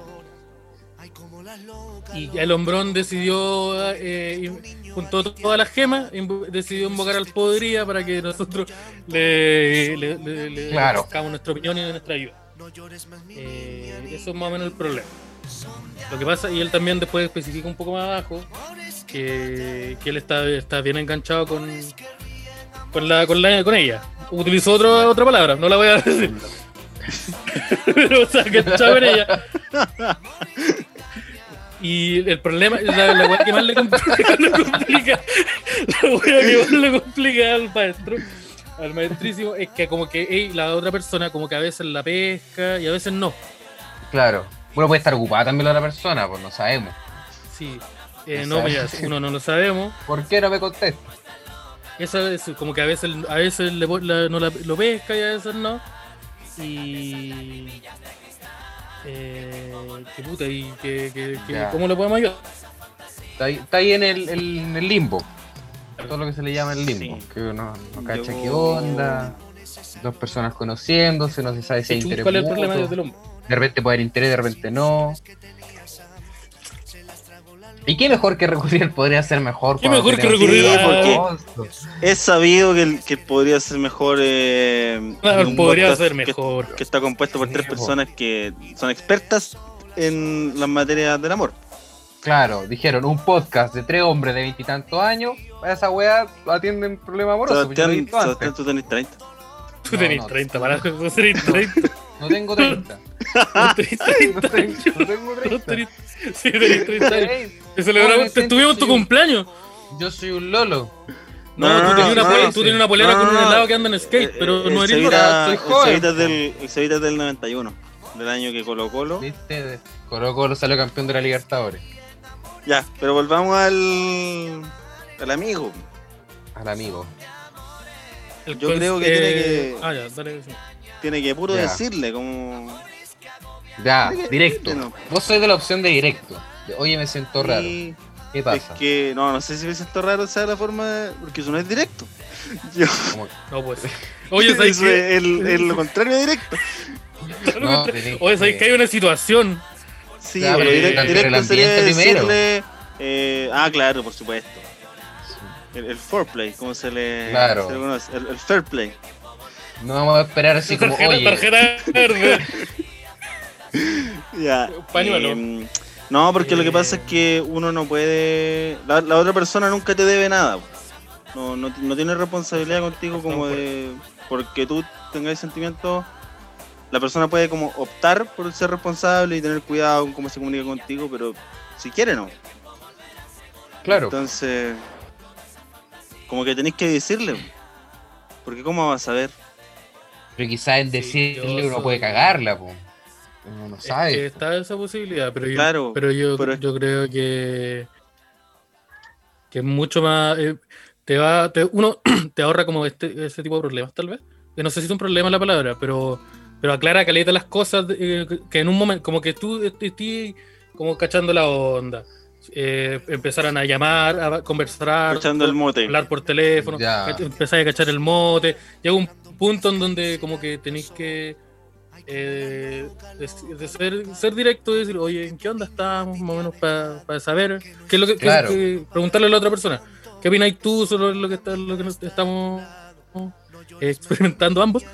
Speaker 2: Y el hombrón decidió, eh, in- juntó todas las gemas, invo- decidió invocar al Podría para que nosotros le, le, le- le
Speaker 3: Claro.
Speaker 2: ofrezcamos nuestra opinión y nuestra ayuda. Eh, eso es más o menos el problema. Lo que pasa, y él también después especifica un poco más abajo, que, que él está, está bien enganchado con, con, la, con, la- con ella. Utilizó otra otra palabra, no la voy a decir. Pero está enganchado con ella. Y el problema, la, la weá que más le complica, le complica- la weá que más le complica al maestro, al maestrísimo, es que como que ey, la otra persona como que a veces la pesca y a veces no.
Speaker 3: Claro. Bueno, puede estar ocupada también la otra persona, pues no sabemos.
Speaker 2: Sí, eh, no,
Speaker 3: No sabe.
Speaker 2: mira, uno no lo sabemos.
Speaker 3: ¿Por qué no me contesta?
Speaker 2: Esa es como que a veces, a veces le pon- la- no la- lo pesca y a veces no. Y... Eh, qué puta, y que, que- que-
Speaker 3: Ya.
Speaker 2: ¿cómo lo podemos ayudar?
Speaker 3: Está ahí, está ahí en, el, el- en el limbo. Todo lo que se le llama el limbo.
Speaker 4: Sí.
Speaker 3: Que uno no cacha
Speaker 4: Yo-
Speaker 3: qué onda. Dos personas conociéndose, no se sabe si hay
Speaker 2: Chuch,
Speaker 3: interés.
Speaker 2: ¿Cuál es el
Speaker 3: mutuo.
Speaker 2: problema del hombre?
Speaker 3: De repente puede haber interés, de repente no. ¿Y qué mejor que recurrir podría ser mejor?
Speaker 2: ¿Qué
Speaker 3: cuando
Speaker 2: mejor que
Speaker 3: tenemos
Speaker 2: recurrir
Speaker 4: a-
Speaker 3: Sí, porque-
Speaker 4: Es sabido que, el- que podría ser mejor. eh,
Speaker 2: Claro,
Speaker 4: en un
Speaker 2: podría
Speaker 4: podcast
Speaker 2: ser
Speaker 4: que-
Speaker 2: mejor.
Speaker 4: Que, está compuesto por tres
Speaker 3: Sí, po.
Speaker 4: personas que son expertas en las materias del amor.
Speaker 3: Claro, dijeron un podcast de tres hombres de veintitantos años. A esa wea atienden problemas amorosos. pues yo lo he
Speaker 4: Sebastián,
Speaker 3: visto antes.
Speaker 4: Sebastián, tú tenés 30.
Speaker 2: Tú
Speaker 3: No,
Speaker 2: tenés
Speaker 3: no.
Speaker 2: 30, para tú tenés 30.
Speaker 3: No tengo 30.
Speaker 2: Tú tenés 30.
Speaker 3: No tengo, no tengo
Speaker 2: Tú
Speaker 3: 30.
Speaker 2: tenés- Sí, tenés 30 años.
Speaker 3: Ey,
Speaker 2: Te celebramos, te tuvimos tu cumpleaños.
Speaker 3: Yo soy un lolo.
Speaker 2: No,
Speaker 4: No, no,
Speaker 2: tú
Speaker 4: no,
Speaker 2: tenías una,
Speaker 4: no,
Speaker 2: polera-
Speaker 3: no,
Speaker 2: tú
Speaker 3: sí.
Speaker 2: tenías una polera
Speaker 4: No,
Speaker 2: con
Speaker 4: no,
Speaker 2: un
Speaker 4: no.
Speaker 2: helado que anda en skate,
Speaker 4: Eh,
Speaker 2: pero
Speaker 4: eh,
Speaker 2: no
Speaker 4: el
Speaker 2: eres
Speaker 4: Cevita-
Speaker 3: nada, soy
Speaker 4: el
Speaker 3: joven,
Speaker 4: Cevita
Speaker 3: po.
Speaker 4: del, el Cevita del 91, del año que Colo Colo.
Speaker 3: ¿Viste? Colo Colo salió campeón de la Libertadores.
Speaker 4: Ya, pero volvamos al, al amigo.
Speaker 3: Al amigo.
Speaker 2: el
Speaker 4: yo
Speaker 2: cons-
Speaker 4: creo que tiene que-
Speaker 2: Ah, ya, dale. sí.
Speaker 4: Tiene que puro
Speaker 3: Ya.
Speaker 4: decirle como...
Speaker 3: Ya,
Speaker 4: Tiene que
Speaker 3: directo.
Speaker 4: decirle, ¿no?
Speaker 3: Vos sois de la opción de directo. De, Oye, me siento raro.
Speaker 4: Y
Speaker 3: ¿Qué pasa?
Speaker 4: Es que, no, no sé si me siento raro esa la forma, de- porque eso no es directo. Yo,
Speaker 3: Como-
Speaker 2: No, pues. Oye, ¿sabes
Speaker 4: eso
Speaker 2: qué?
Speaker 4: es el, es lo contrario de directo.
Speaker 3: No, tenés
Speaker 2: Oye, ¿sabes
Speaker 3: que-
Speaker 2: que hay una situación?
Speaker 4: Sí,
Speaker 3: Ya,
Speaker 2: pero
Speaker 4: pero direct-
Speaker 2: el-
Speaker 4: directo
Speaker 3: el
Speaker 4: sería
Speaker 3: ambiente primero.
Speaker 4: decirle. eh, ah, claro, por supuesto. El, el foreplay, como se le,
Speaker 3: Claro.
Speaker 4: se le conoce. El, el fair play.
Speaker 3: No vamos a esperar así como,
Speaker 2: tarjeta,
Speaker 3: oye,
Speaker 2: tarjeta verde.
Speaker 4: Ya.
Speaker 2: Pañuelo.
Speaker 4: em, no, porque lo que pasa es que uno no puede. La, la otra persona nunca te debe nada. No, no, no tiene responsabilidad contigo como de. Porque tú tengas sentimientos. La persona puede como optar por ser responsable y tener cuidado con cómo se comunica contigo, pero si quiere no.
Speaker 3: claro,
Speaker 4: Entonces, como que tenéis que decirle. Porque cómo vas a ver.
Speaker 3: pero quizás en
Speaker 2: Sí,
Speaker 3: decirle
Speaker 2: yo
Speaker 3: uno puede
Speaker 2: soy-
Speaker 3: cagarla, po. Uno no
Speaker 2: Es que
Speaker 3: sabe. po.
Speaker 2: Eh, está esa posibilidad, pero yo,
Speaker 4: Claro,
Speaker 2: pero yo,
Speaker 4: pero es-
Speaker 2: yo creo que que es mucho más eh, te va te, uno te ahorra como este ese tipo de problemas tal vez. Que no sé si es un problema la palabra, pero pero aclara caleta las cosas eh, que en un momento como que tú est- estés como cachando la onda. Eh, empezaran a llamar, a conversar,
Speaker 4: Echando el mote.
Speaker 2: hablar por teléfono,
Speaker 3: Ya.
Speaker 2: cach- empezáis a cachar el mote, llega un punto en donde como que tenéis que eh, de- de ser, ser directo y decir, oye, ¿en qué onda estamos? Más o menos para saber qué es lo que, qué-
Speaker 3: Claro.
Speaker 2: qué- preguntarle a la otra persona. ¿Qué opináis tú sobre lo que, está, lo que nos estamos experimentando ambos?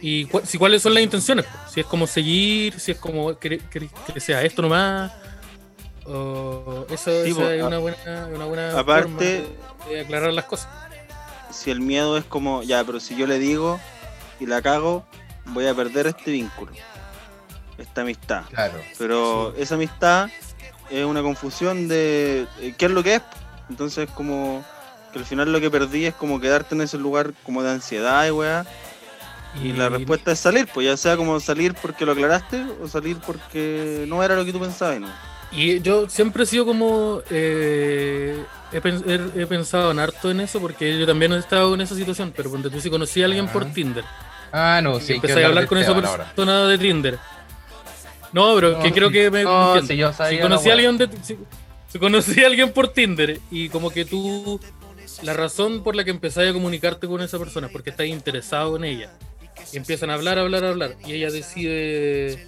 Speaker 2: Y cua- si, cuáles son las intenciones, po? si es como seguir, si es como que, que- que sea esto nomás. o- eso
Speaker 4: Sí,
Speaker 2: esa
Speaker 4: po,
Speaker 2: es
Speaker 4: a-
Speaker 2: una buena, una buena
Speaker 4: Aparte,
Speaker 2: forma de aclarar las cosas.
Speaker 4: si el miedo es como, ya, pero si yo le digo y la cago, voy a perder este vínculo, esta amistad.
Speaker 3: Claro,
Speaker 4: Pero esa amistad es una confusión de eh, qué es lo que es. Entonces, como que al final lo que perdí es como quedarte en ese lugar como de ansiedad y weá. Y la respuesta es salir, pues ya sea como salir porque lo aclaraste o salir porque no era lo que tú pensabas, ¿no?
Speaker 2: Y yo siempre he sido como. eh, he, pen- he- he pensado en harto en eso porque yo también he estado en esa situación. Pero cuando tú si conocí a alguien por
Speaker 3: Ajá.
Speaker 2: Tinder,
Speaker 3: ah, no, sí, hay que
Speaker 2: empecé a hablar
Speaker 3: de
Speaker 2: con esa
Speaker 3: Esteban
Speaker 2: persona
Speaker 3: ahora.
Speaker 2: de Tinder. No, pero
Speaker 3: No,
Speaker 2: que creo que me.
Speaker 3: no,
Speaker 2: entiendes.
Speaker 3: si yo sabía
Speaker 2: si
Speaker 3: la
Speaker 2: conocí a
Speaker 3: wea.
Speaker 2: alguien de- si, si conocí a alguien por Tinder y como que tú la razón por la que empezáis a comunicarte con esa persona es porque estás interesado en ella y empiezan a hablar hablar hablar y ella decide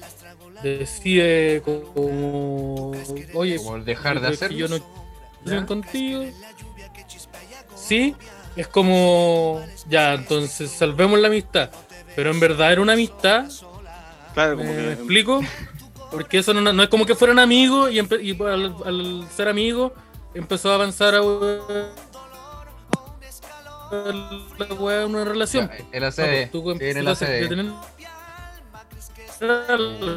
Speaker 2: decide como oye
Speaker 3: Como el dejar de
Speaker 2: es que
Speaker 3: hacerlo.
Speaker 2: yo no estoy contigo sí es como ya entonces salvemos la amistad pero en verdad era una amistad
Speaker 4: Claro, como
Speaker 2: ¿Me
Speaker 4: que.
Speaker 2: explico? Porque eso no, no es como que fueran amigos y, empe- y al, al ser amigos empezó a avanzar a la wea en una relación.
Speaker 3: Ya, El ACD,
Speaker 2: No, pues,
Speaker 3: sí, en el
Speaker 2: empiezas a
Speaker 3: ACD.
Speaker 2: tener-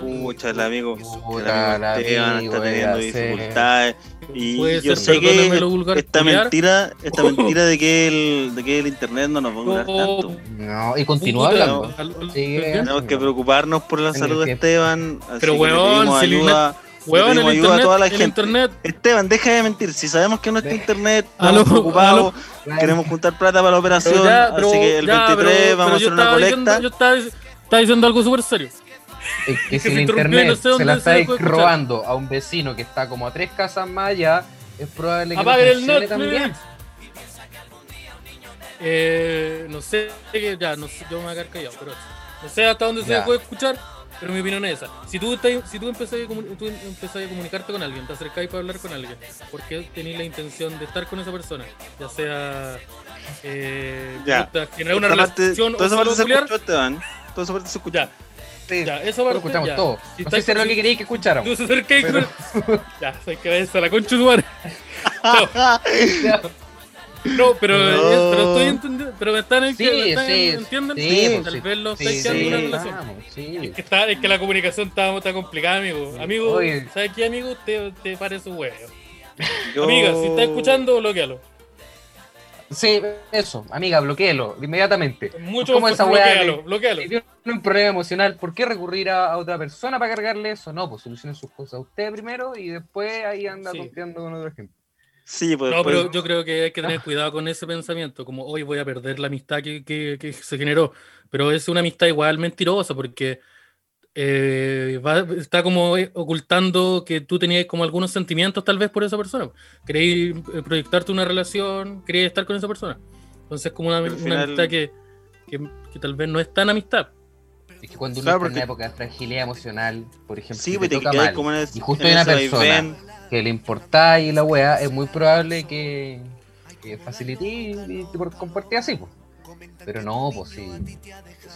Speaker 4: Pucha, el amigo.
Speaker 3: Puta,
Speaker 4: el
Speaker 3: la
Speaker 4: amigo Esteban
Speaker 3: amigo,
Speaker 4: está teniendo
Speaker 3: ya sé.
Speaker 4: dificultades. Y
Speaker 2: Puede
Speaker 4: yo
Speaker 2: ser,
Speaker 4: sé que
Speaker 2: perdóname lo vulgar,
Speaker 4: esta
Speaker 2: culiar.
Speaker 4: mentira, esta mentira de que el, de que el internet no nos va a durar
Speaker 2: Oh,
Speaker 4: tanto.
Speaker 3: No, y continúa
Speaker 2: puta,
Speaker 3: hablando.
Speaker 2: al- al- pues
Speaker 3: Sigue.
Speaker 2: al-
Speaker 4: Tenemos que preocuparnos por la
Speaker 3: En el
Speaker 4: salud de
Speaker 3: tiempo.
Speaker 4: Esteban. así
Speaker 2: Pero,
Speaker 4: que le
Speaker 2: weón,
Speaker 4: pedimos
Speaker 2: si el
Speaker 4: ayuda.
Speaker 2: Weón,
Speaker 4: pedimos
Speaker 2: el
Speaker 4: ayuda a
Speaker 2: internet,
Speaker 4: toda la
Speaker 2: el
Speaker 4: gente.
Speaker 2: internet
Speaker 4: Esteban, deja de mentir. Si sabemos que no está
Speaker 3: Ve.
Speaker 4: internet,
Speaker 2: Aló,
Speaker 4: estamos preocupados,
Speaker 3: Claro.
Speaker 4: queremos juntar plata para la operación.
Speaker 2: Pero ya, pero
Speaker 4: así que el
Speaker 2: ya,
Speaker 4: 23
Speaker 2: pero- pero
Speaker 4: vamos
Speaker 2: yo
Speaker 4: a hacer una
Speaker 2: estaba
Speaker 4: colecta.
Speaker 2: diciendo- yo estaba, estaba diciendo algo súper serio.
Speaker 3: Es que si
Speaker 2: se
Speaker 3: el
Speaker 2: interrumpió,
Speaker 3: internet
Speaker 2: no sé
Speaker 3: se
Speaker 2: dónde
Speaker 3: la
Speaker 2: se
Speaker 3: estáis
Speaker 2: puede escuchar.
Speaker 3: robando a un vecino que está como a tres casas más allá, es probable que
Speaker 2: Apaguen el
Speaker 3: funcione
Speaker 2: Netflix.
Speaker 3: también.
Speaker 2: Eh, no sé, que ya, no sé, yo me voy a quedar callado, pero no sé hasta dónde se
Speaker 3: Ya.
Speaker 2: puede escuchar, pero mi opinión es esa. Si tú, estás- si tú, empezás, a comu- tú empezás a comunicarte con alguien, te acercáis para hablar con alguien, porque tenéis la intención de estar con esa persona, ya sea eh,
Speaker 4: Ya.
Speaker 2: puta, generar una
Speaker 4: Esta parte-
Speaker 2: relación
Speaker 4: toda esa
Speaker 2: o
Speaker 4: parte se
Speaker 2: solo culiar,
Speaker 4: escuchó, Esteban. Toda esa parte se escuchó.
Speaker 2: ya,
Speaker 3: Sí,
Speaker 2: ya, esa
Speaker 3: lo
Speaker 2: parte,
Speaker 3: escuchamos
Speaker 2: ya.
Speaker 3: todo.
Speaker 2: Si
Speaker 3: no
Speaker 2: estás
Speaker 3: sé si era lo
Speaker 2: con-
Speaker 3: que queréis que escucháramos.
Speaker 2: Tú te acercáis
Speaker 3: Pero-
Speaker 2: con- Ya, sé que ves a la concha de tu madre. Chao. No, pero, eh,
Speaker 4: No.
Speaker 2: pero estoy entendiendo. Pero me están
Speaker 3: Sí,
Speaker 2: entendiendo.
Speaker 3: sí,
Speaker 2: ¿Entienden?
Speaker 3: sí, pues,
Speaker 2: Tal
Speaker 3: sí,
Speaker 2: vez lo
Speaker 3: sí,
Speaker 2: estáis
Speaker 3: sí, Ah.
Speaker 2: quedando en una
Speaker 4: sí.
Speaker 2: relación.
Speaker 3: vamos, sí.
Speaker 2: Que está- es que la comunicación está, está complicada, amigo. Amigo,
Speaker 3: Oye.
Speaker 2: ¿sabes qué, amigo? Usted te parece un huevo.
Speaker 4: Yo-
Speaker 2: Amiga, si está escuchando, bloquealo.
Speaker 3: Sí, eso, amiga, bloqueelo inmediatamente.
Speaker 2: Mucho
Speaker 3: ¿Cómo
Speaker 2: mejor,
Speaker 3: esa weá
Speaker 2: bloquealo,
Speaker 3: de-
Speaker 2: bloquealo.
Speaker 3: Si tiene un problema emocional, ¿por qué recurrir a, a otra persona para cargarle eso? No, pues solucionen sus cosas usted primero y después ahí anda
Speaker 2: Sí.
Speaker 3: confiando con otra gente.
Speaker 4: Sí, pues
Speaker 2: No,
Speaker 4: después-
Speaker 2: pero yo creo que hay que tener cuidado con ese pensamiento, como hoy voy a perder la amistad que, que- que se generó, pero es una amistad igual mentirosa porque eh, eh, va- está como eh, ocultando que tú tenías como algunos sentimientos tal vez por esa persona. Queréis eh, proyectarte una relación, queréis estar con esa persona. Entonces como una,
Speaker 4: Al
Speaker 2: una
Speaker 4: final-
Speaker 2: amistad que, que- que tal vez no es tan amistad.
Speaker 3: Es que cuando uno
Speaker 4: Claro,
Speaker 3: está en una
Speaker 4: porque-
Speaker 3: época de fragilidad emocional, por ejemplo,
Speaker 4: Sí,
Speaker 3: que
Speaker 4: pues te
Speaker 3: toca
Speaker 4: quedas
Speaker 3: mal,
Speaker 4: como en ese-
Speaker 3: y justo
Speaker 4: en
Speaker 3: hay una
Speaker 4: ese
Speaker 3: persona
Speaker 4: vaivén.
Speaker 3: que le importa y la weá, es muy probable que, que facilite y, y te por- comporte así, pues. Pero no, pues sí.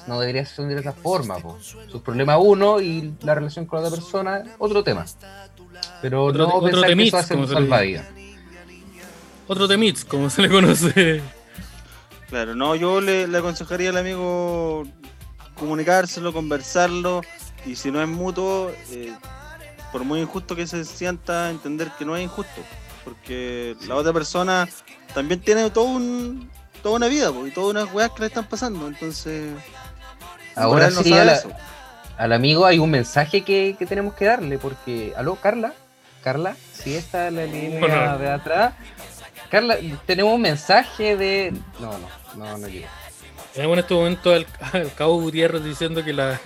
Speaker 3: No debería ser de esa forma, pues. Sus problemas uno y la relación con la otra persona, otro tema. Pero
Speaker 2: Otro
Speaker 3: no
Speaker 2: te- otro
Speaker 3: pensar que
Speaker 2: temiz,
Speaker 3: eso hace
Speaker 2: como
Speaker 3: un
Speaker 2: se le dice.
Speaker 3: salvavidas.
Speaker 2: Otro temits, como se le conoce.
Speaker 4: Claro, no, yo le, le aconsejaría al amigo comunicárselo, conversarlo, y si no es mutuo, eh, por muy injusto que se sienta, entender que no es injusto, porque la otra persona también tiene todo un, toda una vida po, y todas unas weas que le están pasando, entonces...
Speaker 3: Ahora
Speaker 4: él
Speaker 3: sí, a la-
Speaker 4: eso.
Speaker 3: al amigo hay un mensaje que, que tenemos que darle, porque. ¿Aló, Carla? Carla, sí está la línea
Speaker 2: Hola.
Speaker 3: de atrás. Carla, tenemos un mensaje de. No, no, no, no llega.
Speaker 2: Tenemos en este momento al, al cabo Gutiérrez diciendo que la,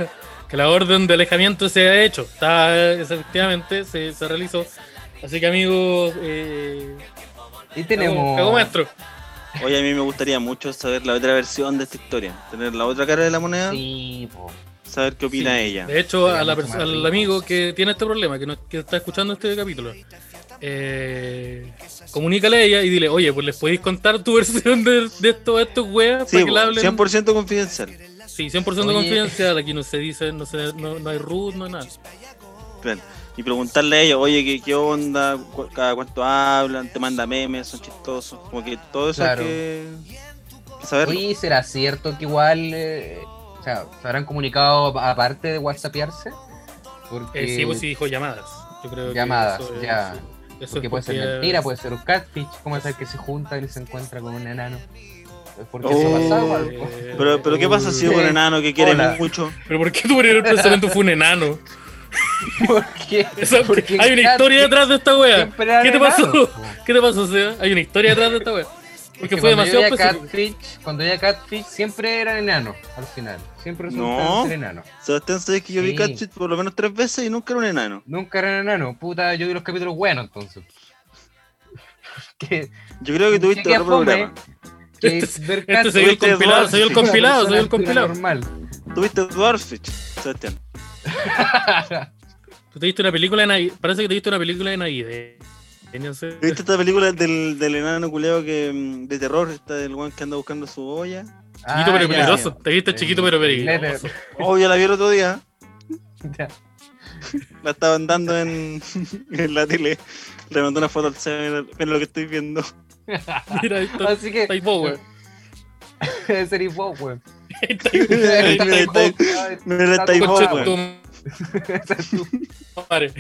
Speaker 2: que la orden de alejamiento se ha hecho. Está, efectivamente, se, se realizó. Así que amigos, eh,
Speaker 3: Y
Speaker 2: cabo-
Speaker 3: tenemos.
Speaker 2: cabo maestro.
Speaker 4: Oye, a mí me gustaría mucho saber la otra versión de esta historia, tener la otra cara de la moneda,
Speaker 3: Sí, po.
Speaker 4: saber qué opina ella.
Speaker 2: De hecho,
Speaker 3: Sería
Speaker 2: a la
Speaker 3: mucho
Speaker 2: pers-
Speaker 3: más
Speaker 2: al
Speaker 3: rico.
Speaker 2: amigo que tiene este problema, que, no- que está escuchando este capítulo, eh, comunícale a ella y dile, oye, pues les podéis contar tu versión de, de esto a estos weas
Speaker 4: Sí,
Speaker 2: para
Speaker 4: po,
Speaker 2: que la hablen.
Speaker 4: 100% confidencial.
Speaker 2: Sí, 100%
Speaker 3: Oye.
Speaker 2: confidencial. Aquí no se dice, no, se, no, no hay root, no hay nada.
Speaker 4: Claro. Y preguntarle a ellos, oye, ¿qué, qué onda? ¿Cu- ¿Cada cuánto hablan? ¿Te manda memes? ¿Son chistosos? Como que todo eso
Speaker 3: Claro.
Speaker 4: hay que saberlo.
Speaker 3: Oye, ¿será cierto que igual. eh, o sea, se habrán comunicado a- aparte de WhatsAppearse? Porque.
Speaker 2: Eh, sí, pues sí dijo llamadas. Yo creo
Speaker 3: Llamadas,
Speaker 2: que eso es-
Speaker 3: ya.
Speaker 2: eso es
Speaker 3: Porque puede ser
Speaker 2: porque-
Speaker 3: mentira, puede ser un catfish, como es el que se junta y se encuentra con un enano. Porque
Speaker 4: Oh.
Speaker 3: eso pasaba. po.
Speaker 2: Eh,
Speaker 4: Pero, pero ¿qué pasa si es un
Speaker 3: Sí.
Speaker 4: enano que quiere
Speaker 3: Hola.
Speaker 4: mucho?
Speaker 2: ¿Pero por qué tu primer pensamiento fue un enano?
Speaker 3: ¿Por qué?
Speaker 2: Esa-
Speaker 3: Porque
Speaker 2: hay una historia detrás de esta wea.
Speaker 3: siempre eran
Speaker 2: ¿Qué te
Speaker 3: enanos,
Speaker 2: pasó?
Speaker 3: po.
Speaker 2: ¿Qué te pasó, Seba? Hay una historia detrás de esta wea. Porque fue
Speaker 3: cuando
Speaker 2: demasiado
Speaker 3: yo veía
Speaker 2: específico.
Speaker 3: Catfish, cuando veía Catfish siempre eran enanos al final. Siempre resultaban
Speaker 4: No.
Speaker 3: ser enanos.
Speaker 4: Sebastián, sabes que yo vi
Speaker 3: Sí.
Speaker 4: Catfish por lo menos tres veces y nunca era un enano.
Speaker 3: Nunca eran enanos. Puta, yo vi los capítulos buenos entonces. que,
Speaker 4: Yo creo que tuviste
Speaker 3: que
Speaker 4: otro
Speaker 3: fome,
Speaker 4: problema.
Speaker 3: que
Speaker 2: Este-
Speaker 3: ver
Speaker 2: Este se
Speaker 3: Catfish
Speaker 2: vio el
Speaker 4: Tuviste
Speaker 2: compilado,
Speaker 4: dos,
Speaker 2: se vio el
Speaker 4: sí.
Speaker 3: con una
Speaker 2: compilado, se vio el
Speaker 3: persona
Speaker 2: compilado.
Speaker 3: normal.
Speaker 4: Tuviste Dwarfitch, Sebastián.
Speaker 2: Tú te diste una película de Navidad. Parece que te diste una película de Navidad. No sé.
Speaker 4: ¿Viste esta película del, del enano culeo que, mm, de terror? Esta del one que anda buscando su olla.
Speaker 3: Ah,
Speaker 2: Chiquito pero
Speaker 3: ya.
Speaker 2: peligroso. Te viste chiquito pero
Speaker 3: El- el
Speaker 2: peligroso.
Speaker 4: Oh, yo la vi el otro día.
Speaker 3: Ya.
Speaker 4: La estaban dando en, en la tele. Le mandé una foto al Seba, mira- mira lo que estoy viendo.
Speaker 2: Mira, ahí está.
Speaker 3: Así que.
Speaker 2: Está ahí vos, weón.
Speaker 3: Debe ser Ivo, weón.
Speaker 2: Ahí está, ahí está, ahí está,
Speaker 4: Mira,
Speaker 2: ahí
Speaker 4: está ahí. Mira, está ahí vos,
Speaker 2: Concha
Speaker 4: weón.
Speaker 2: tu madre.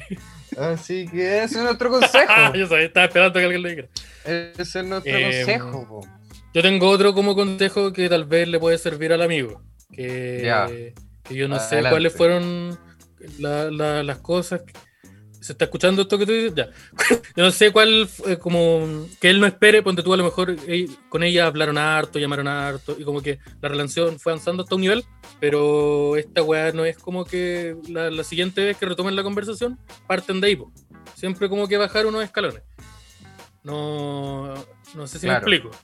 Speaker 3: Así que ese es nuestro consejo.
Speaker 2: Ah, Yo sabía, estaba esperando que alguien lo dijera.
Speaker 3: Ese es nuestro
Speaker 2: Em,
Speaker 3: consejo, po.
Speaker 2: Yo tengo otro como consejo que tal vez le puede servir al amigo. Que,
Speaker 3: Ya.
Speaker 2: que yo no sé
Speaker 3: Adelante.
Speaker 2: cuáles fueron la- la- las cosas. que- ¿Se está escuchando esto que tú dices? Ya. Yo no sé cuál, eh, como que él no espere, ponte tú a lo mejor eh, con ella hablaron harto, llamaron harto, y como que la relación fue avanzando hasta un nivel, pero esta weá no es como que la, la siguiente vez que retomen la conversación, parten de ahí, po. siempre como que bajar unos escalones. No, no sé si
Speaker 3: Claro.
Speaker 2: me explico.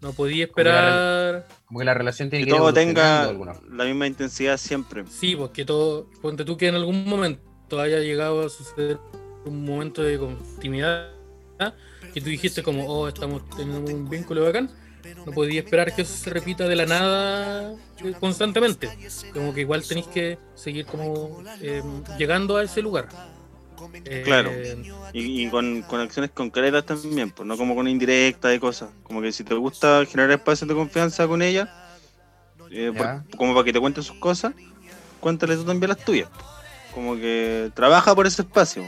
Speaker 2: No podía
Speaker 3: Como la
Speaker 2: esperar.
Speaker 3: Como que la relación tiene
Speaker 4: que
Speaker 3: que ir
Speaker 4: todo
Speaker 3: evolucionando
Speaker 4: tenga
Speaker 3: de alguna forma.
Speaker 4: la misma intensidad siempre.
Speaker 2: Sí, porque todo. Ponte tú que en algún momento haya llegado a suceder un momento de continuidad ¿ah? que tú dijiste, como, oh, estamos teniendo un vínculo bacán. No podía esperar que eso se repita de la nada eh, constantemente. Como que igual tenéis que seguir como eh, llegando a ese lugar. Eh,
Speaker 4: Claro. Y, y con, con acciones concretas también, pues no como con indirectas y cosas. Como que si te gusta generar espacios de confianza con ella, eh, por-
Speaker 3: Ya.
Speaker 4: como para que te cuente sus cosas, cuéntale tú también las tuyas. Como que trabaja por ese espacio.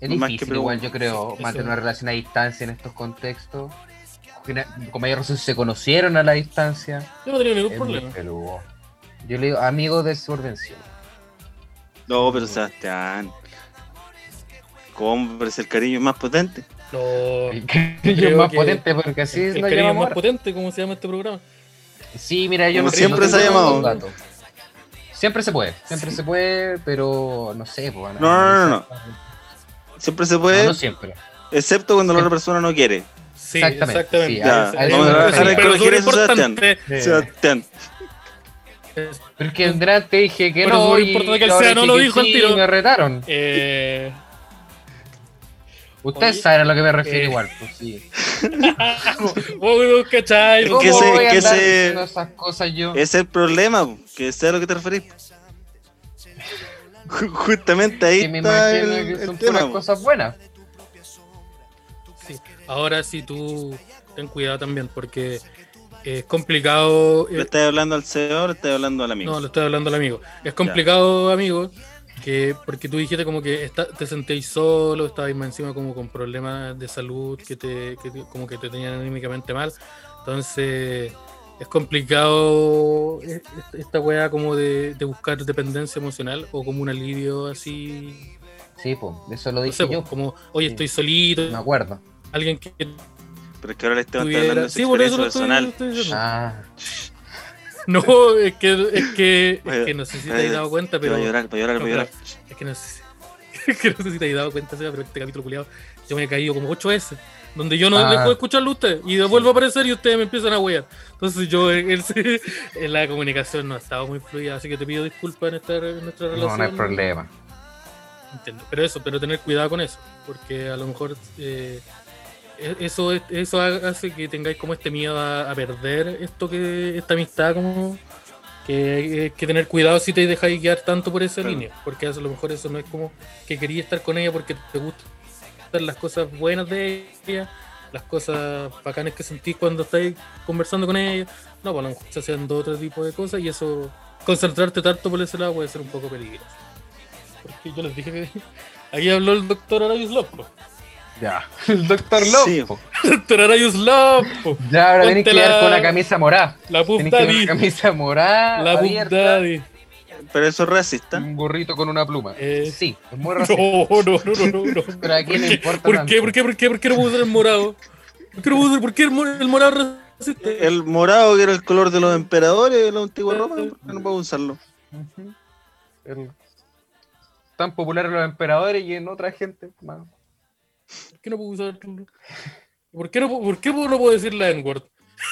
Speaker 3: Es
Speaker 4: Más que
Speaker 3: difícil, igual
Speaker 4: preguntas.
Speaker 3: yo creo,
Speaker 2: Eso.
Speaker 3: mantener una relación a distancia en estos contextos. Genera- Como ellos se conocieron a la distancia,
Speaker 2: Yo no tenía ningún
Speaker 3: es muy
Speaker 2: problema.
Speaker 3: peludo. Yo le digo, amigo de su ordención.
Speaker 4: No, pero Sebastián, ¿cómo? Pero si el cariño es más potente.
Speaker 2: No,
Speaker 3: El
Speaker 2: el
Speaker 3: cariño es
Speaker 2: creo
Speaker 3: más
Speaker 2: que-
Speaker 3: potente porque así
Speaker 2: el
Speaker 3: nos
Speaker 2: cariño es
Speaker 3: llamamos.
Speaker 2: más
Speaker 3: ahora.
Speaker 2: potente, como se llama este programa.
Speaker 3: Sí, mira, yo
Speaker 4: Como
Speaker 3: no
Speaker 4: siempre
Speaker 3: no
Speaker 4: se ha
Speaker 3: tengo
Speaker 4: llamado.
Speaker 3: los datos. Siempre se puede, siempre se puede, pero no sé. Pues, van a-
Speaker 4: No, no, no, no. Siempre se puede,
Speaker 3: No, no siempre.
Speaker 4: excepto cuando la otra persona no quiere.
Speaker 2: Sí,
Speaker 3: Exactamente,
Speaker 2: exactamente.
Speaker 3: sí,
Speaker 4: Ya,
Speaker 3: a eso- a
Speaker 2: Es-
Speaker 3: eso
Speaker 4: vamos
Speaker 3: me
Speaker 4: a
Speaker 3: refería.
Speaker 4: dejar de
Speaker 2: pero
Speaker 4: corregir
Speaker 2: es
Speaker 4: eso, Sebastián.
Speaker 2: importante.
Speaker 3: Eh,
Speaker 4: Sebastián.
Speaker 2: es-
Speaker 3: Pero es que Andrés te dije que
Speaker 2: Pero
Speaker 3: no.
Speaker 2: súper
Speaker 3: y
Speaker 2: importante que el
Speaker 3: ahora
Speaker 2: SEA no
Speaker 3: dije
Speaker 2: lo
Speaker 3: que
Speaker 2: dijo al
Speaker 3: sí,
Speaker 2: tiro.
Speaker 3: y Me retaron.
Speaker 2: eh, Oye,
Speaker 3: Ustedes saben a lo que me refiero
Speaker 2: eh,
Speaker 3: igual. Pues, sí.
Speaker 2: vos, vos, ¿cachai?
Speaker 4: Es
Speaker 2: Vos-
Speaker 4: que
Speaker 3: ¿Cómo
Speaker 4: ese-
Speaker 3: voy a
Speaker 4: que
Speaker 3: andar
Speaker 4: ese-
Speaker 3: diciendo esas cosas yo?
Speaker 4: Ese es el problema, po, que sea a lo que te referís. Ju- Justamente ahí
Speaker 3: que me
Speaker 4: está
Speaker 3: imagino
Speaker 4: el,
Speaker 3: que
Speaker 4: el
Speaker 3: son
Speaker 4: tema. pues.
Speaker 3: puras
Speaker 4: po.
Speaker 3: cosas buenas.
Speaker 2: Sí. Ahora sí tú ten cuidado también porque es complicado. eh,
Speaker 4: Le estás hablando al CEO, le estás hablando al amigo.
Speaker 2: no, le estoy hablando al amigo. Es complicado, amigo, que porque tú dijiste como que está- te sentéis solo, estabais más encima como con problemas de salud que te, que te- como que te tenían anímicamente mal. Entonces es complicado eh, esta weá como de, de buscar dependencia emocional o como un alivio así.
Speaker 3: Sí, pues, eso lo
Speaker 2: No
Speaker 3: dije
Speaker 2: sé,
Speaker 3: yo. pues,
Speaker 2: como, oye, estoy solito,
Speaker 3: Me acuerdo.
Speaker 2: alguien que
Speaker 4: Pero es que ahora le estamos
Speaker 2: tuviera-
Speaker 4: hablando de su
Speaker 2: Sí, por eso
Speaker 4: experiencia
Speaker 2: lo estoy,
Speaker 4: personal.
Speaker 2: lo estoy diciendo.
Speaker 3: Ah,
Speaker 2: No, es que, es que, es que no sé si te
Speaker 4: Ay,
Speaker 2: has dado cuenta,
Speaker 4: Que
Speaker 2: pero.
Speaker 4: Va a llorar, va a llorar,
Speaker 2: no,
Speaker 4: va a llorar.
Speaker 2: pero- Es que no sé, si- es que no sé si te has dado cuenta, Seba, pero este capítulo culiado yo me he caído como ocho veces. Donde yo no
Speaker 3: Ah.
Speaker 2: dejo de escucharlo a ustedes y de- vuelvo a aparecer y ustedes me empiezan a huear. Entonces yo en, en- en la comunicación no ha estado muy fluida, así que te pido disculpas en, esta, en nuestra
Speaker 3: no,
Speaker 2: relación.
Speaker 3: no hay problema.
Speaker 2: Entiendo. Pero eso, pero tener cuidado con eso, porque a lo mejor eh, e- eso es- eso ha- hace que tengáis como este miedo a, a perder esto que esta amistad como que hay que tener cuidado si te dejáis guiar tanto por esa
Speaker 4: Claro.
Speaker 2: línea, porque a lo mejor eso no es como que querías estar con ella porque te gustan las cosas buenas de ella, las cosas bacanas que sentís cuando estáis conversando con ella. No, pues a lo mejor se hacen dos otro tipo de cosas y eso concentrarte tanto por ese lado puede ser un poco peligroso. Porque yo les dije que aquí habló el doctor Arayus Lopo.
Speaker 3: Ya. El doctor Love.
Speaker 4: Sí. pues.
Speaker 3: po.
Speaker 2: Doctor Arayus Lopo,
Speaker 3: Ya, ahora tenéis que
Speaker 2: Póntela-
Speaker 3: quedar con la camisa morada.
Speaker 2: la Puff
Speaker 3: Tenéis que ir con
Speaker 2: Daddy,
Speaker 3: la camisa morada.
Speaker 2: la Puff
Speaker 3: Ah, abierta,
Speaker 2: Daddy.
Speaker 4: Pero eso es racista.
Speaker 3: Un gorrito con una pluma.
Speaker 2: Eh,
Speaker 3: Sí, es muy raro.
Speaker 2: No, no, no, no, no. no.
Speaker 3: Pero aquí no importa.
Speaker 2: ¿Por
Speaker 3: tanto.
Speaker 2: qué? ¿Por qué? ¿Por qué? ¿Por qué no puedo usar el morado? ¿Por qué, no puedo usar, por qué el, mor- el morado racista?
Speaker 4: El morado que era el color de los emperadores de la antigua Roma, ¿por qué no puedo usarlo.
Speaker 3: Ujú. El- Tan populares los emperadores y en otra gente más.
Speaker 2: ¿Por qué no puedo usar? ¿Por qué no, pu- por qué no puedo decir la N-word?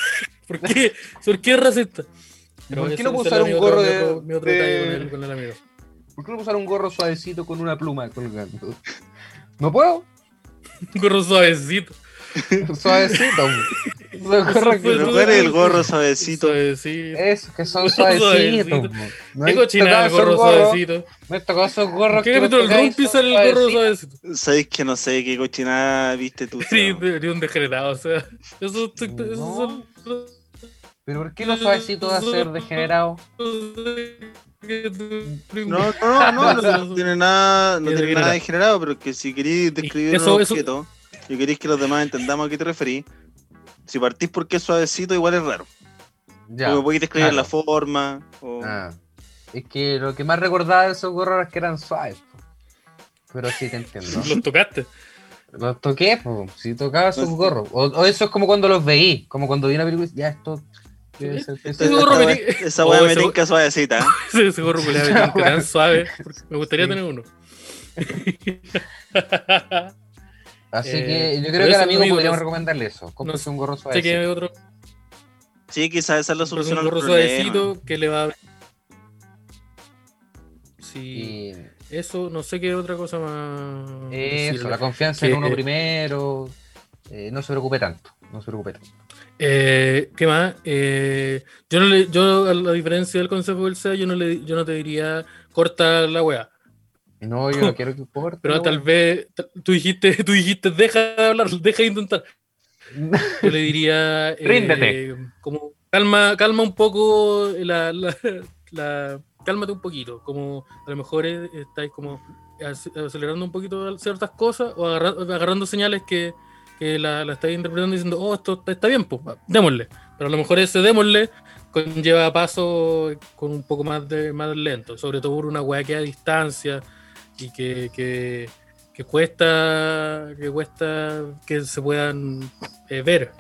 Speaker 2: ¿Por qué? ¿Por qué es racista? Pero
Speaker 3: ¿Por qué
Speaker 2: ese-
Speaker 3: no puedo
Speaker 2: ese
Speaker 3: usar
Speaker 2: era
Speaker 3: un
Speaker 2: mi otro-
Speaker 3: gorro
Speaker 2: mi
Speaker 3: de-
Speaker 2: otro- mi otro
Speaker 3: de-
Speaker 2: detalle con el- con el amigo.
Speaker 3: ¿Por qué no usar un gorro suavecito con una pluma colgando? ¿No puedo?
Speaker 2: Un gorro suavecito.
Speaker 3: Suavecito. hombre. Los gorros que-
Speaker 2: Pues
Speaker 4: Pero
Speaker 2: tú-
Speaker 4: ¿cuál es el gorro suavecito?
Speaker 2: Suavecito.
Speaker 3: Eso, que son
Speaker 2: Suavecito.
Speaker 3: suavecitos. hombre. No
Speaker 2: Qué
Speaker 3: hay
Speaker 2: cochinada el
Speaker 3: tocado esos
Speaker 2: gorro
Speaker 3: gorros-
Speaker 2: suavecito.
Speaker 3: No he tocado esos gorros
Speaker 2: ¿Qué
Speaker 3: que
Speaker 2: capítulo el
Speaker 3: los tocáis,
Speaker 2: Rumpi
Speaker 3: son
Speaker 2: sale el gorro
Speaker 3: suavecitos.
Speaker 2: suavecito?
Speaker 4: Sabéis que no sé qué cochinada viste tú.
Speaker 2: Sí,
Speaker 4: Seba.
Speaker 2: sería un degenerado, o sea. Eso, eso,
Speaker 3: No.
Speaker 2: eso,
Speaker 3: ¿Pero por qué los suavecitos va a ser degenerados?
Speaker 4: No, no, no, no, no, no tiene nada, no
Speaker 2: Qué
Speaker 4: tiene
Speaker 2: rara.
Speaker 4: nada degenerado, pero que si queréis describir
Speaker 2: eso-
Speaker 4: un
Speaker 2: eso-
Speaker 4: objeto y queréis que los demás entendamos a qué te referís, si partís porque es suavecito, igual es raro.
Speaker 3: Ya.
Speaker 4: Porque podéis describir
Speaker 3: claro.
Speaker 4: la forma. O...
Speaker 3: Ah, es que lo que más recordaba de esos gorros era que eran suaves. po. Pero sí te entiendo.
Speaker 2: Los tocaste.
Speaker 3: Los toqué, po, si tocaba esos gorros. O, o eso es como cuando los veí, como cuando vi una película y ya esto. debe ser-
Speaker 2: Ese
Speaker 4: Esta- esta
Speaker 2: Este gorro
Speaker 4: wea-
Speaker 2: me ti-
Speaker 4: Esa
Speaker 2: Oh,
Speaker 4: weá me
Speaker 2: ese-
Speaker 4: tinca suavecita. ¿eh?
Speaker 2: Ese, ese gorro culiado me tinca tan suave. porque Me gustaría tener uno.
Speaker 3: Así
Speaker 2: Eh,
Speaker 3: que yo
Speaker 2: pero
Speaker 3: creo que
Speaker 2: eso,
Speaker 3: al amigo
Speaker 2: amigo,
Speaker 3: podríamos
Speaker 2: no-
Speaker 3: recomendarle eso. Cómprese un gorro
Speaker 2: Sé que
Speaker 3: suave.
Speaker 2: hay otro
Speaker 4: Sí, quizás esa es la
Speaker 2: es
Speaker 4: solución
Speaker 2: un
Speaker 4: al
Speaker 2: gorro
Speaker 4: problema.
Speaker 2: suavecito que le va a. Sí.
Speaker 3: Y
Speaker 2: Eso, no sé qué otra cosa más.
Speaker 3: eso,
Speaker 2: decirle.
Speaker 3: la confianza
Speaker 2: Que-
Speaker 3: en uno primero. eh, no se preocupe tanto. No se preocupe tanto.
Speaker 2: Eh, ¿Qué más? Eh, yo, no le, yo, a la diferencia del consejo del SEA, yo no, le, yo no te diría corta la weá.
Speaker 3: No, yo no quiero que corte.
Speaker 2: Pero
Speaker 3: no,
Speaker 2: tal vez ta- tú dijiste, tú dijiste, deja de hablar, deja de intentar. Yo le diría. eh,
Speaker 3: Ríndete.
Speaker 2: Como, calma, calma un poco. eh, La, la, la- cálmate un poquito. Como a lo mejor eh, estáis como ac- acelerando un poquito ciertas cosas o agarra- agarrando señales que, que la, la estáis interpretando y diciendo, oh, esto está, está bien, pues va, démosle. Pero a lo mejor ese démosle conlleva paso con un poco más de más lento, sobre todo por una weá que hay a distancia y que, que, que cuesta que cuesta que se puedan eh, ver.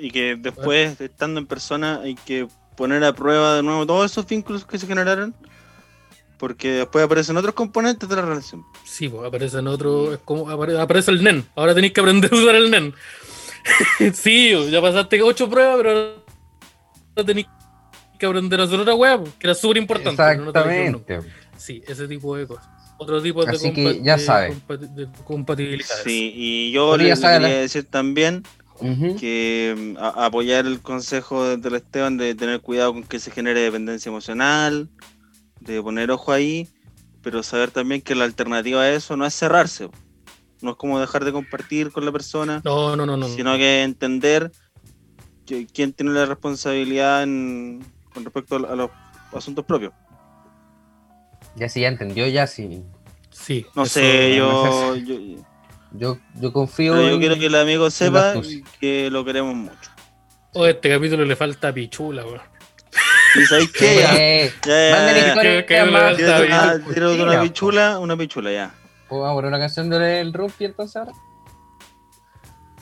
Speaker 4: Y que después, estando en persona, hay que poner a prueba de nuevo todos esos vínculos que se generaron Porque después aparecen otros componentes de la relación.
Speaker 2: Sí, pues aparece en otro. Es como, apare- aparece el NEN. Ahora tenéis que aprender a usar el NEN. sí, pues, ya pasaste ocho pruebas, pero ahora tenéis que aprender a hacer otra web, que era súper importante. pero no te lo dijeron nunca.
Speaker 3: Exactamente.
Speaker 2: sí, ese tipo de cosas. Otro tipo de,
Speaker 3: Así que
Speaker 2: compa-
Speaker 3: ya
Speaker 2: de
Speaker 3: sabes.
Speaker 2: compa- de compatibilidades.
Speaker 4: Sí, y yo
Speaker 3: Pero
Speaker 4: le,
Speaker 3: ya
Speaker 4: le
Speaker 3: sabe la-
Speaker 4: quería decir también
Speaker 3: Ujú.
Speaker 4: que mm, a- apoyar el consejo del Esteban de tener cuidado con que se genere dependencia emocional, de poner ojo ahí, pero saber también que la alternativa a eso no es cerrarse, no es como dejar de compartir con la persona,
Speaker 2: No, no, no, no.
Speaker 4: sino que entender que- quién tiene la responsabilidad en- con respecto a, a los asuntos propios.
Speaker 3: Ya sí, ya entendió, ya sí.
Speaker 2: Sí.
Speaker 4: No
Speaker 2: eso-
Speaker 4: sé, yo,
Speaker 3: no
Speaker 4: yo,
Speaker 3: Yo, yo confío
Speaker 4: pero yo
Speaker 3: en-
Speaker 4: quiero que el amigo sepa
Speaker 3: astucia.
Speaker 4: que lo queremos mucho.
Speaker 2: Oh, este capítulo le falta pichula, weón.
Speaker 4: ¿Y sabéis
Speaker 3: Sí,
Speaker 4: qué? Ya, ya, ya,
Speaker 3: manden
Speaker 4: ya.
Speaker 3: historias
Speaker 2: Que- que
Speaker 3: más
Speaker 2: me
Speaker 4: Quiero
Speaker 2: Está
Speaker 3: de
Speaker 2: bien.
Speaker 4: tocar-
Speaker 3: Cuchilla,
Speaker 4: quiero una
Speaker 3: po.
Speaker 4: pichula, una pichula ya.
Speaker 3: ¿Puedo Pues poner una canción del Rumpi entonces ahora?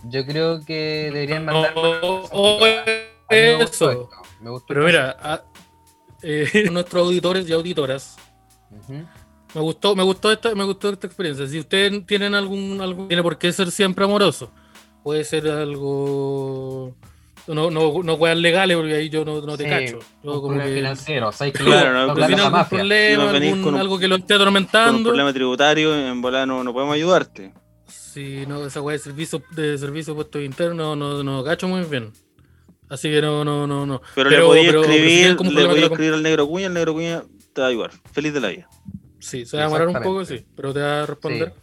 Speaker 3: Yo creo que deberían mandar
Speaker 2: Oh, oh, eso.
Speaker 3: Me gustó
Speaker 2: Pero mira, a- eh, nuestros auditores y auditoras,
Speaker 3: Ujú.
Speaker 2: me gustó, me gustó esta, me gustó esta experiencia. Si ustedes tienen algún, algún tiene por qué ser siempre amoroso. Puede ser algo no, no, no weas legales, porque ahí yo no, no te
Speaker 3: Sí,
Speaker 2: cacho.
Speaker 3: Un
Speaker 2: Yo como
Speaker 3: problema
Speaker 2: que-
Speaker 3: financiero, ¿sabes que
Speaker 4: Claro,
Speaker 3: está
Speaker 4: no,
Speaker 2: Pero
Speaker 4: problema
Speaker 2: si no,
Speaker 3: hablando la
Speaker 2: algún
Speaker 3: mafia?
Speaker 2: problema,
Speaker 4: Si no venís
Speaker 2: algún-
Speaker 4: con un-
Speaker 2: algo que lo esté
Speaker 4: Con un
Speaker 2: atormentando.
Speaker 4: problema tributario, en volada no, no podemos ayudarte.
Speaker 2: Si no, esa wea de servicio, de servicio puesto interno, no, no cacho muy bien. Así que no, no, no, no.
Speaker 4: Pero,
Speaker 2: Pero-
Speaker 4: le podía
Speaker 2: pero- pero si tienes
Speaker 4: escribir,
Speaker 2: como un
Speaker 4: le
Speaker 2: problema
Speaker 4: podía
Speaker 2: que lo-
Speaker 4: escribir al negro cuña, el negro cuña te va a ayudar. Feliz de la vida.
Speaker 2: Sí, se va a demorar un poco, sí, pero te va a responder.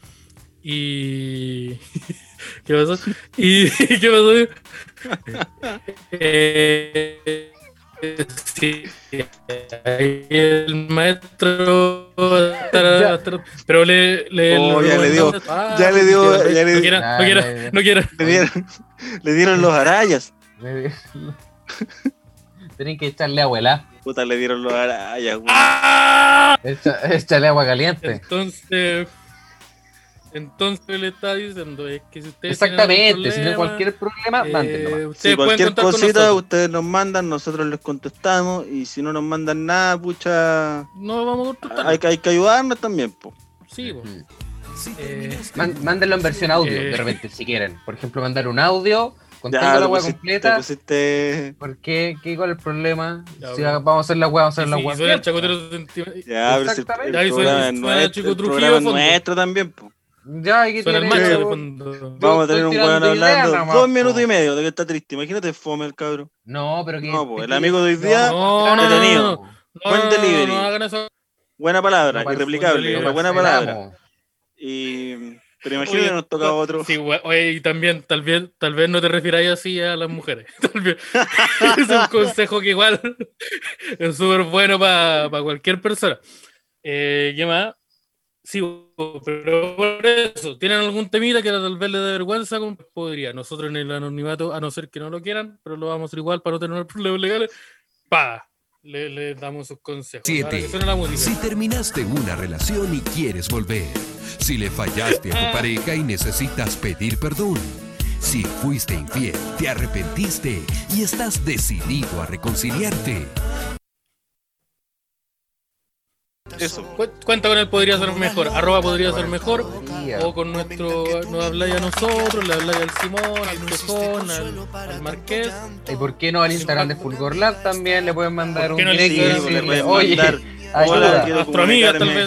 Speaker 2: Y. ¿Qué pasó? ¿Y qué pasó? Eh, sí, ahí el maestro.
Speaker 3: Ya.
Speaker 2: Pero le. le
Speaker 4: Oh, ya le dio-
Speaker 2: Ah,
Speaker 4: ya le dio-
Speaker 2: no
Speaker 4: ya le-
Speaker 2: quiera,
Speaker 3: Nah,
Speaker 2: no quiera,
Speaker 3: nah, nah.
Speaker 2: no quiera.
Speaker 4: Le dieron, le dieron los arayas.
Speaker 3: Tienen que echarle abuela.
Speaker 4: Puta, le dieron los arayas, güey.
Speaker 2: Ah,
Speaker 3: Echa- échale agua caliente.
Speaker 2: Entonces. Entonces le está diciendo, es que si ustedes. tienen algún
Speaker 3: Exactamente, si no
Speaker 2: problema,
Speaker 3: cualquier problema,
Speaker 2: eh,
Speaker 3: mándenlo. nomás.
Speaker 2: ustedes
Speaker 4: Si
Speaker 2: pueden
Speaker 4: cualquier
Speaker 2: contar con
Speaker 4: cosita
Speaker 2: nosotros.
Speaker 4: ustedes nos mandan, nosotros les contestamos. Y si no nos mandan nada, pucha,
Speaker 2: No vamos a contestar.
Speaker 4: hay, que- hay que ayudarnos también, po.
Speaker 2: Sí, po.
Speaker 3: Ujú.
Speaker 2: Eh,
Speaker 3: Mm. Man- mándenlo en versión audio,
Speaker 2: Eh.
Speaker 3: de repente, si quieren. Por ejemplo, mandar un audio contando
Speaker 4: Ya,
Speaker 3: la
Speaker 4: lo
Speaker 3: hueá
Speaker 4: pusiste,
Speaker 3: completa.
Speaker 4: lo pusiste-
Speaker 3: ¿Por qué? ¿Qué cuál es el problema?
Speaker 2: Ya,
Speaker 3: Si
Speaker 2: bueno.
Speaker 3: vamos a hacer la hueá, vamos a hacer
Speaker 2: y
Speaker 3: la
Speaker 2: si
Speaker 3: hueá.
Speaker 2: suena el
Speaker 3: bien.
Speaker 2: chacotero sentimental-
Speaker 4: Ya, pero si el-
Speaker 3: Exactamente.
Speaker 2: Ahí
Speaker 4: el
Speaker 2: suena-
Speaker 4: programa es
Speaker 2: suena
Speaker 4: nuestro,
Speaker 2: Chico
Speaker 4: el
Speaker 2: Trujillo
Speaker 4: programa
Speaker 2: de
Speaker 4: es
Speaker 2: fondo.
Speaker 4: nuestro también, po.
Speaker 3: Ya, ¿y qué
Speaker 2: Suena el
Speaker 3: tiene?
Speaker 2: macho de
Speaker 4: Yo-
Speaker 2: fondo.
Speaker 3: Yo
Speaker 4: Vamos a
Speaker 3: estoy
Speaker 4: tener un
Speaker 3: tirando
Speaker 4: weón
Speaker 3: ideas
Speaker 4: hablando
Speaker 3: nomás,
Speaker 4: dos
Speaker 3: po.
Speaker 4: minutos y medio de que está triste. Imagínate fome el cabrón.
Speaker 3: No, pero que.
Speaker 4: No, po, el amigo de hoy día-
Speaker 2: No, no, no,
Speaker 4: Detenido.
Speaker 2: No,
Speaker 4: Buen
Speaker 2: no,
Speaker 4: delivery.
Speaker 2: no, no hagan eso.
Speaker 4: Buena palabra,
Speaker 3: Para-
Speaker 4: irreplicable,
Speaker 2: para-
Speaker 4: una buena
Speaker 3: para-
Speaker 4: palabra. Y, pero imagínate que nos toca otro.
Speaker 2: Sí, we- oye, y también, tal vez, tal vez no te refiráis así a las mujeres. Tal vez. es un consejo que igual es súper bueno para cualquier persona. Eh, ¿Qué más? Sí, bo- pero por eso, ¿tienen algún temita que tal vez le dé vergüenza? Como Podría. Nosotros en el anonimato, a no ser que no lo quieran, pero lo vamos a hacer igual para no tener problemas legales. Pa, le, le damos sus consejos. Ahora
Speaker 6: Siete.
Speaker 2: que suena la música.
Speaker 6: Si terminaste una relación y quieres volver. Si le fallaste a tu pareja y necesitas pedir perdón. Si fuiste infiel, te arrepentiste y estás decidido a reconciliarte.
Speaker 4: Eso.
Speaker 2: Cu- Cuenta con el podría ser mejor, arroba podría ser mejor,
Speaker 3: Sí,
Speaker 2: o con nuestro, nos habláis a nosotros, le habláis al Simón, al Tejón, al, al Marqués,
Speaker 3: ¿Y por qué no al Instagram de Fulgor Lab también le pueden mandar
Speaker 2: ¿Por
Speaker 3: un
Speaker 2: qué no le
Speaker 3: directo y
Speaker 2: Instagram?
Speaker 4: le
Speaker 3: decirle,
Speaker 4: pueden
Speaker 3: oye,
Speaker 4: mandar,
Speaker 3: ayuda?
Speaker 4: Hola, quiero
Speaker 2: a tu amiga tal
Speaker 4: comunicarme.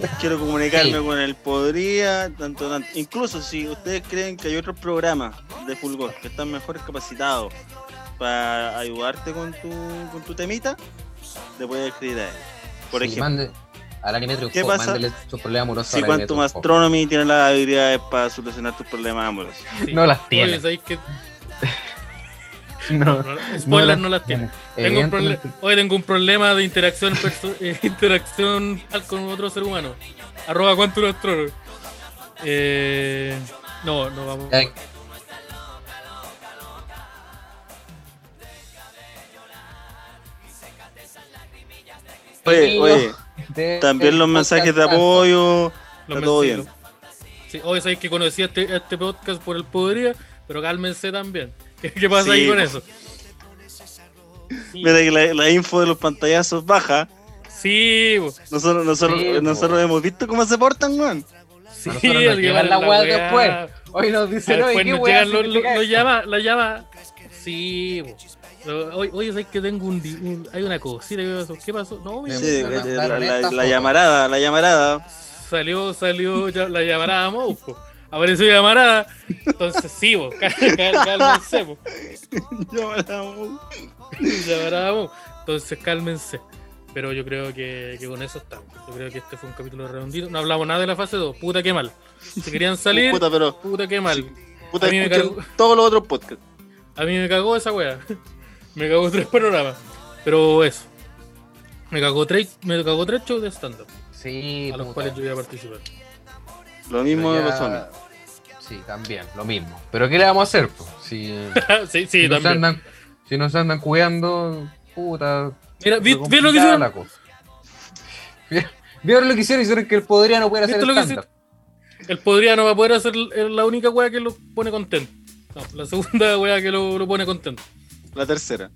Speaker 2: vez.
Speaker 4: Quiero comunicarme
Speaker 3: Sí.
Speaker 4: con el Podría, tanto, tanto. Incluso si ustedes creen que hay otros programas de Fulgor que están mejor capacitados para ayudarte con tu, con tu temita, le puedes escribir a él. Por
Speaker 3: Sí,
Speaker 4: ejemplo,
Speaker 3: mande al anime Triunfo,
Speaker 4: ¿Qué pasa?
Speaker 3: mándele sus problemas amorosos
Speaker 4: si
Speaker 3: al anime
Speaker 4: Quantum
Speaker 3: Triunfo.
Speaker 4: Astronomy tiene las habilidades para solucionar tus problemas amorosos.
Speaker 2: Sí.
Speaker 3: No las tiene.
Speaker 2: Oye, ¿sabéis qué?
Speaker 3: No,
Speaker 2: eh, Spoiler, no las tiene. Tengo un
Speaker 3: Evidentemente,
Speaker 2: proble- Hoy tengo un problema de interacción perso- eh, interacción con otro ser humano. Arroba cuánto astrónomo. Eh, no, no vamos.
Speaker 3: eh,
Speaker 4: Oye, oye,
Speaker 3: de-
Speaker 4: también los
Speaker 3: del
Speaker 4: mensajes de
Speaker 3: podcast
Speaker 4: apoyo. Está todo
Speaker 2: mensajes.
Speaker 4: bien.
Speaker 2: Sí, hoy sabéis que conocí este, este podcast por el podría, pero cálmense también. ¿Qué, qué pasa
Speaker 4: Sí,
Speaker 2: ahí con
Speaker 4: po.
Speaker 2: eso? Sí,
Speaker 4: Mira que la, la info de los pantallazos baja.
Speaker 2: sí, Sí, bo.
Speaker 4: Nosotros, nosotros, eh,
Speaker 3: Sí,
Speaker 4: nosotros
Speaker 3: po.
Speaker 4: hemos visto cómo se portan, weón.
Speaker 2: sí,
Speaker 3: nosotros nos llevan la weá después. Hoy nos dicen, oye,
Speaker 2: ah, Después
Speaker 3: qué
Speaker 2: nos
Speaker 3: weá.
Speaker 2: llegan pues. lo, lo-
Speaker 3: significa
Speaker 2: lo
Speaker 3: esto?"
Speaker 2: llama, la llama. Sí, bo. Lo- hoy, hoy sé que tengo un, di- un- hay una cosita que pasó. ¿Qué pasó? No, mira,
Speaker 3: Me-
Speaker 4: Sí,
Speaker 3: me
Speaker 4: eh, eh, la,
Speaker 3: mandaron
Speaker 4: la-
Speaker 3: esta
Speaker 4: la
Speaker 3: foto.
Speaker 4: llamarada, la llamarada.
Speaker 2: salió, salió ya- la llamarada Moupo. Apareció llamarada. Entonces sí, bo, cal- cal- cálmense, bo.
Speaker 4: Llamarada, weón.
Speaker 2: Llamarada Mou. Entonces cálmense. Pero yo creo que, que con eso estamos. Yo creo que este fue un capítulo redondito. No hablamos nada de la fase 2. Puta que mal. Si querían salir,
Speaker 4: Puta, pero
Speaker 2: puta que mal.
Speaker 4: puta,
Speaker 2: A mí me
Speaker 4: escuchen
Speaker 2: cargo-
Speaker 4: todos los otros podcasts.
Speaker 2: A mí me cagó esa wea. Me cagó tres panoramas. Pero eso. Me cagó tres, me cagó tres shows de stand-up.
Speaker 3: Sí,
Speaker 2: a los
Speaker 3: puta.
Speaker 2: cuales yo iba a participar.
Speaker 4: Lo mismo me
Speaker 3: Pero ya-
Speaker 4: pasó a mí.
Speaker 3: Sí, también, lo mismo. Pero ¿qué le vamos a hacer? po? Si,
Speaker 2: sí,
Speaker 3: si
Speaker 2: sí,
Speaker 3: nos
Speaker 2: también.
Speaker 3: andan, si nos andan cuidando, puta.
Speaker 2: Mira,
Speaker 3: fue
Speaker 2: vi- ¿ves lo que
Speaker 3: complicada
Speaker 2: hicieron?
Speaker 3: la cosa. Vieron lo que hicieron, hicieron que el podría no pudiera hacer
Speaker 2: ¿Viste lo que
Speaker 3: estándar.
Speaker 2: El podría no va a poder hacer es la única wea que lo pone contento. No, la segunda wea que lo, lo pone contento.
Speaker 4: La tercera.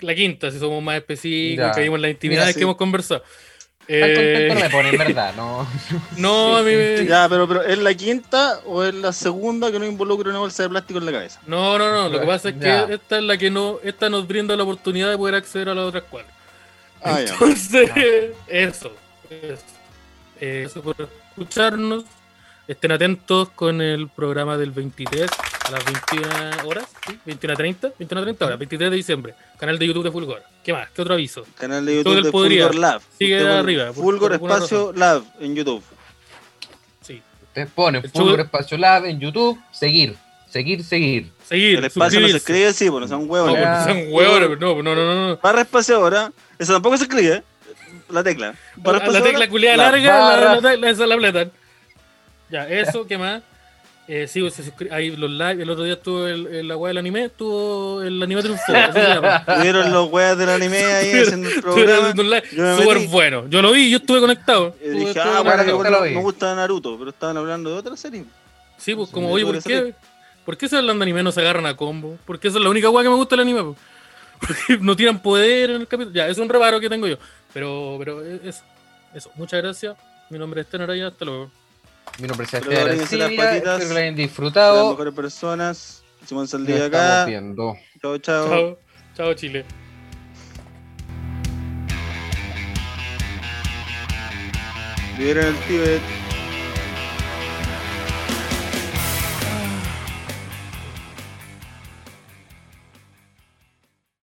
Speaker 2: La quinta, si somos más específicos,
Speaker 3: Ya.
Speaker 2: caímos en las intimidades
Speaker 4: Mira, sí.
Speaker 2: que hemos conversado.
Speaker 3: Tan
Speaker 2: Eh,
Speaker 3: contento no me pone, en verdad, no.
Speaker 2: no, a mí me-
Speaker 4: Ya, pero, pero ¿es la quinta o es la segunda que no involucra una bolsa de plástico en la cabeza?
Speaker 2: No, no, no. Lo que pasa es que
Speaker 3: Ya.
Speaker 2: esta es la que no, esta nos brinda la oportunidad de poder acceder a las otras cuatro.
Speaker 4: Ah, ya.
Speaker 2: Entonces, eso. Eso. Eh, eso por escucharnos. Estén atentos con el programa del 23 a las 21 horas. ¿sí? 21.30, 21.30 horas, 23 de diciembre. Canal de YouTube de Fulgor. ¿Qué más? ¿Qué otro aviso?
Speaker 4: Canal de
Speaker 2: Todo
Speaker 4: YouTube
Speaker 2: el
Speaker 4: de
Speaker 2: podría.
Speaker 4: Fulgor Lab.
Speaker 2: Sigue
Speaker 4: Usted pone
Speaker 2: arriba, por-
Speaker 4: Fulgor
Speaker 2: por alguna
Speaker 4: Espacio Lab en YouTube.
Speaker 2: Sí.
Speaker 3: Ustedes ponen
Speaker 2: El
Speaker 3: Fulgor
Speaker 2: chulo-
Speaker 3: Espacio Lab en YouTube, seguir, seguir, seguir.
Speaker 2: Seguir.
Speaker 4: El espacio no se
Speaker 2: suscribirse.
Speaker 4: escribe así, porque no son
Speaker 2: No,
Speaker 4: huevos.
Speaker 3: Ya.
Speaker 2: porque son huevones, no, no, no, no, no.
Speaker 4: Barra espacio ahora. Eso tampoco se escribe. La tecla. Barra
Speaker 2: La
Speaker 4: espacio
Speaker 2: tecla
Speaker 4: ahora,
Speaker 2: culiada
Speaker 4: Lab.
Speaker 2: larga, la-
Speaker 3: barra.
Speaker 2: la, tecla, esa la plata. Ya, eso, ¿qué más? Eh, sí, se suscri- ahí los live, el otro día estuvo el, el la weá del anime, estuvo el anime triunfó. así se llama.
Speaker 4: Tuvieron los weas del anime ahí
Speaker 2: Tuvieron-
Speaker 4: haciendo el
Speaker 2: Estuve
Speaker 4: programa.
Speaker 2: dando un live
Speaker 4: yo me
Speaker 2: súper
Speaker 4: metí.
Speaker 2: bueno. Yo lo vi, yo estuve conectado.
Speaker 4: Y
Speaker 2: Estuve-
Speaker 4: dije,
Speaker 2: estuve
Speaker 4: ah, bueno,
Speaker 2: conectado.
Speaker 4: que
Speaker 3: Naruto, lo vi.
Speaker 4: me gusta Naruto, pero estaban hablando de otra serie.
Speaker 2: Sí, pues
Speaker 4: Sí,
Speaker 2: como,
Speaker 4: me
Speaker 2: oye,
Speaker 4: tuvo
Speaker 2: ¿por
Speaker 4: que
Speaker 2: qué?
Speaker 4: salir.
Speaker 2: ¿Por qué se hablan de anime no se agarran a combo? Porque esa es la única weá que me gusta del anime, po. Porque no tiran poder en el capítulo. Ya, es un reparo que tengo yo. Pero, pero e- eso. Eso. Muchas gracias. Mi nombre es Tenor Araya, hasta luego.
Speaker 3: Mi nombre es
Speaker 4: Pero
Speaker 3: Sebastián
Speaker 4: abríguense las
Speaker 3: Arancibia,
Speaker 4: patitas,
Speaker 3: espero que lo hayan
Speaker 4: Las
Speaker 3: disfrutado.
Speaker 4: mejores personas. Simón
Speaker 3: Nos
Speaker 4: Saldí
Speaker 3: estamos
Speaker 4: acá.
Speaker 3: viendo.
Speaker 4: Chao, chao.
Speaker 2: Chao. Chao, Chile.
Speaker 4: Vivieron el Tíbet.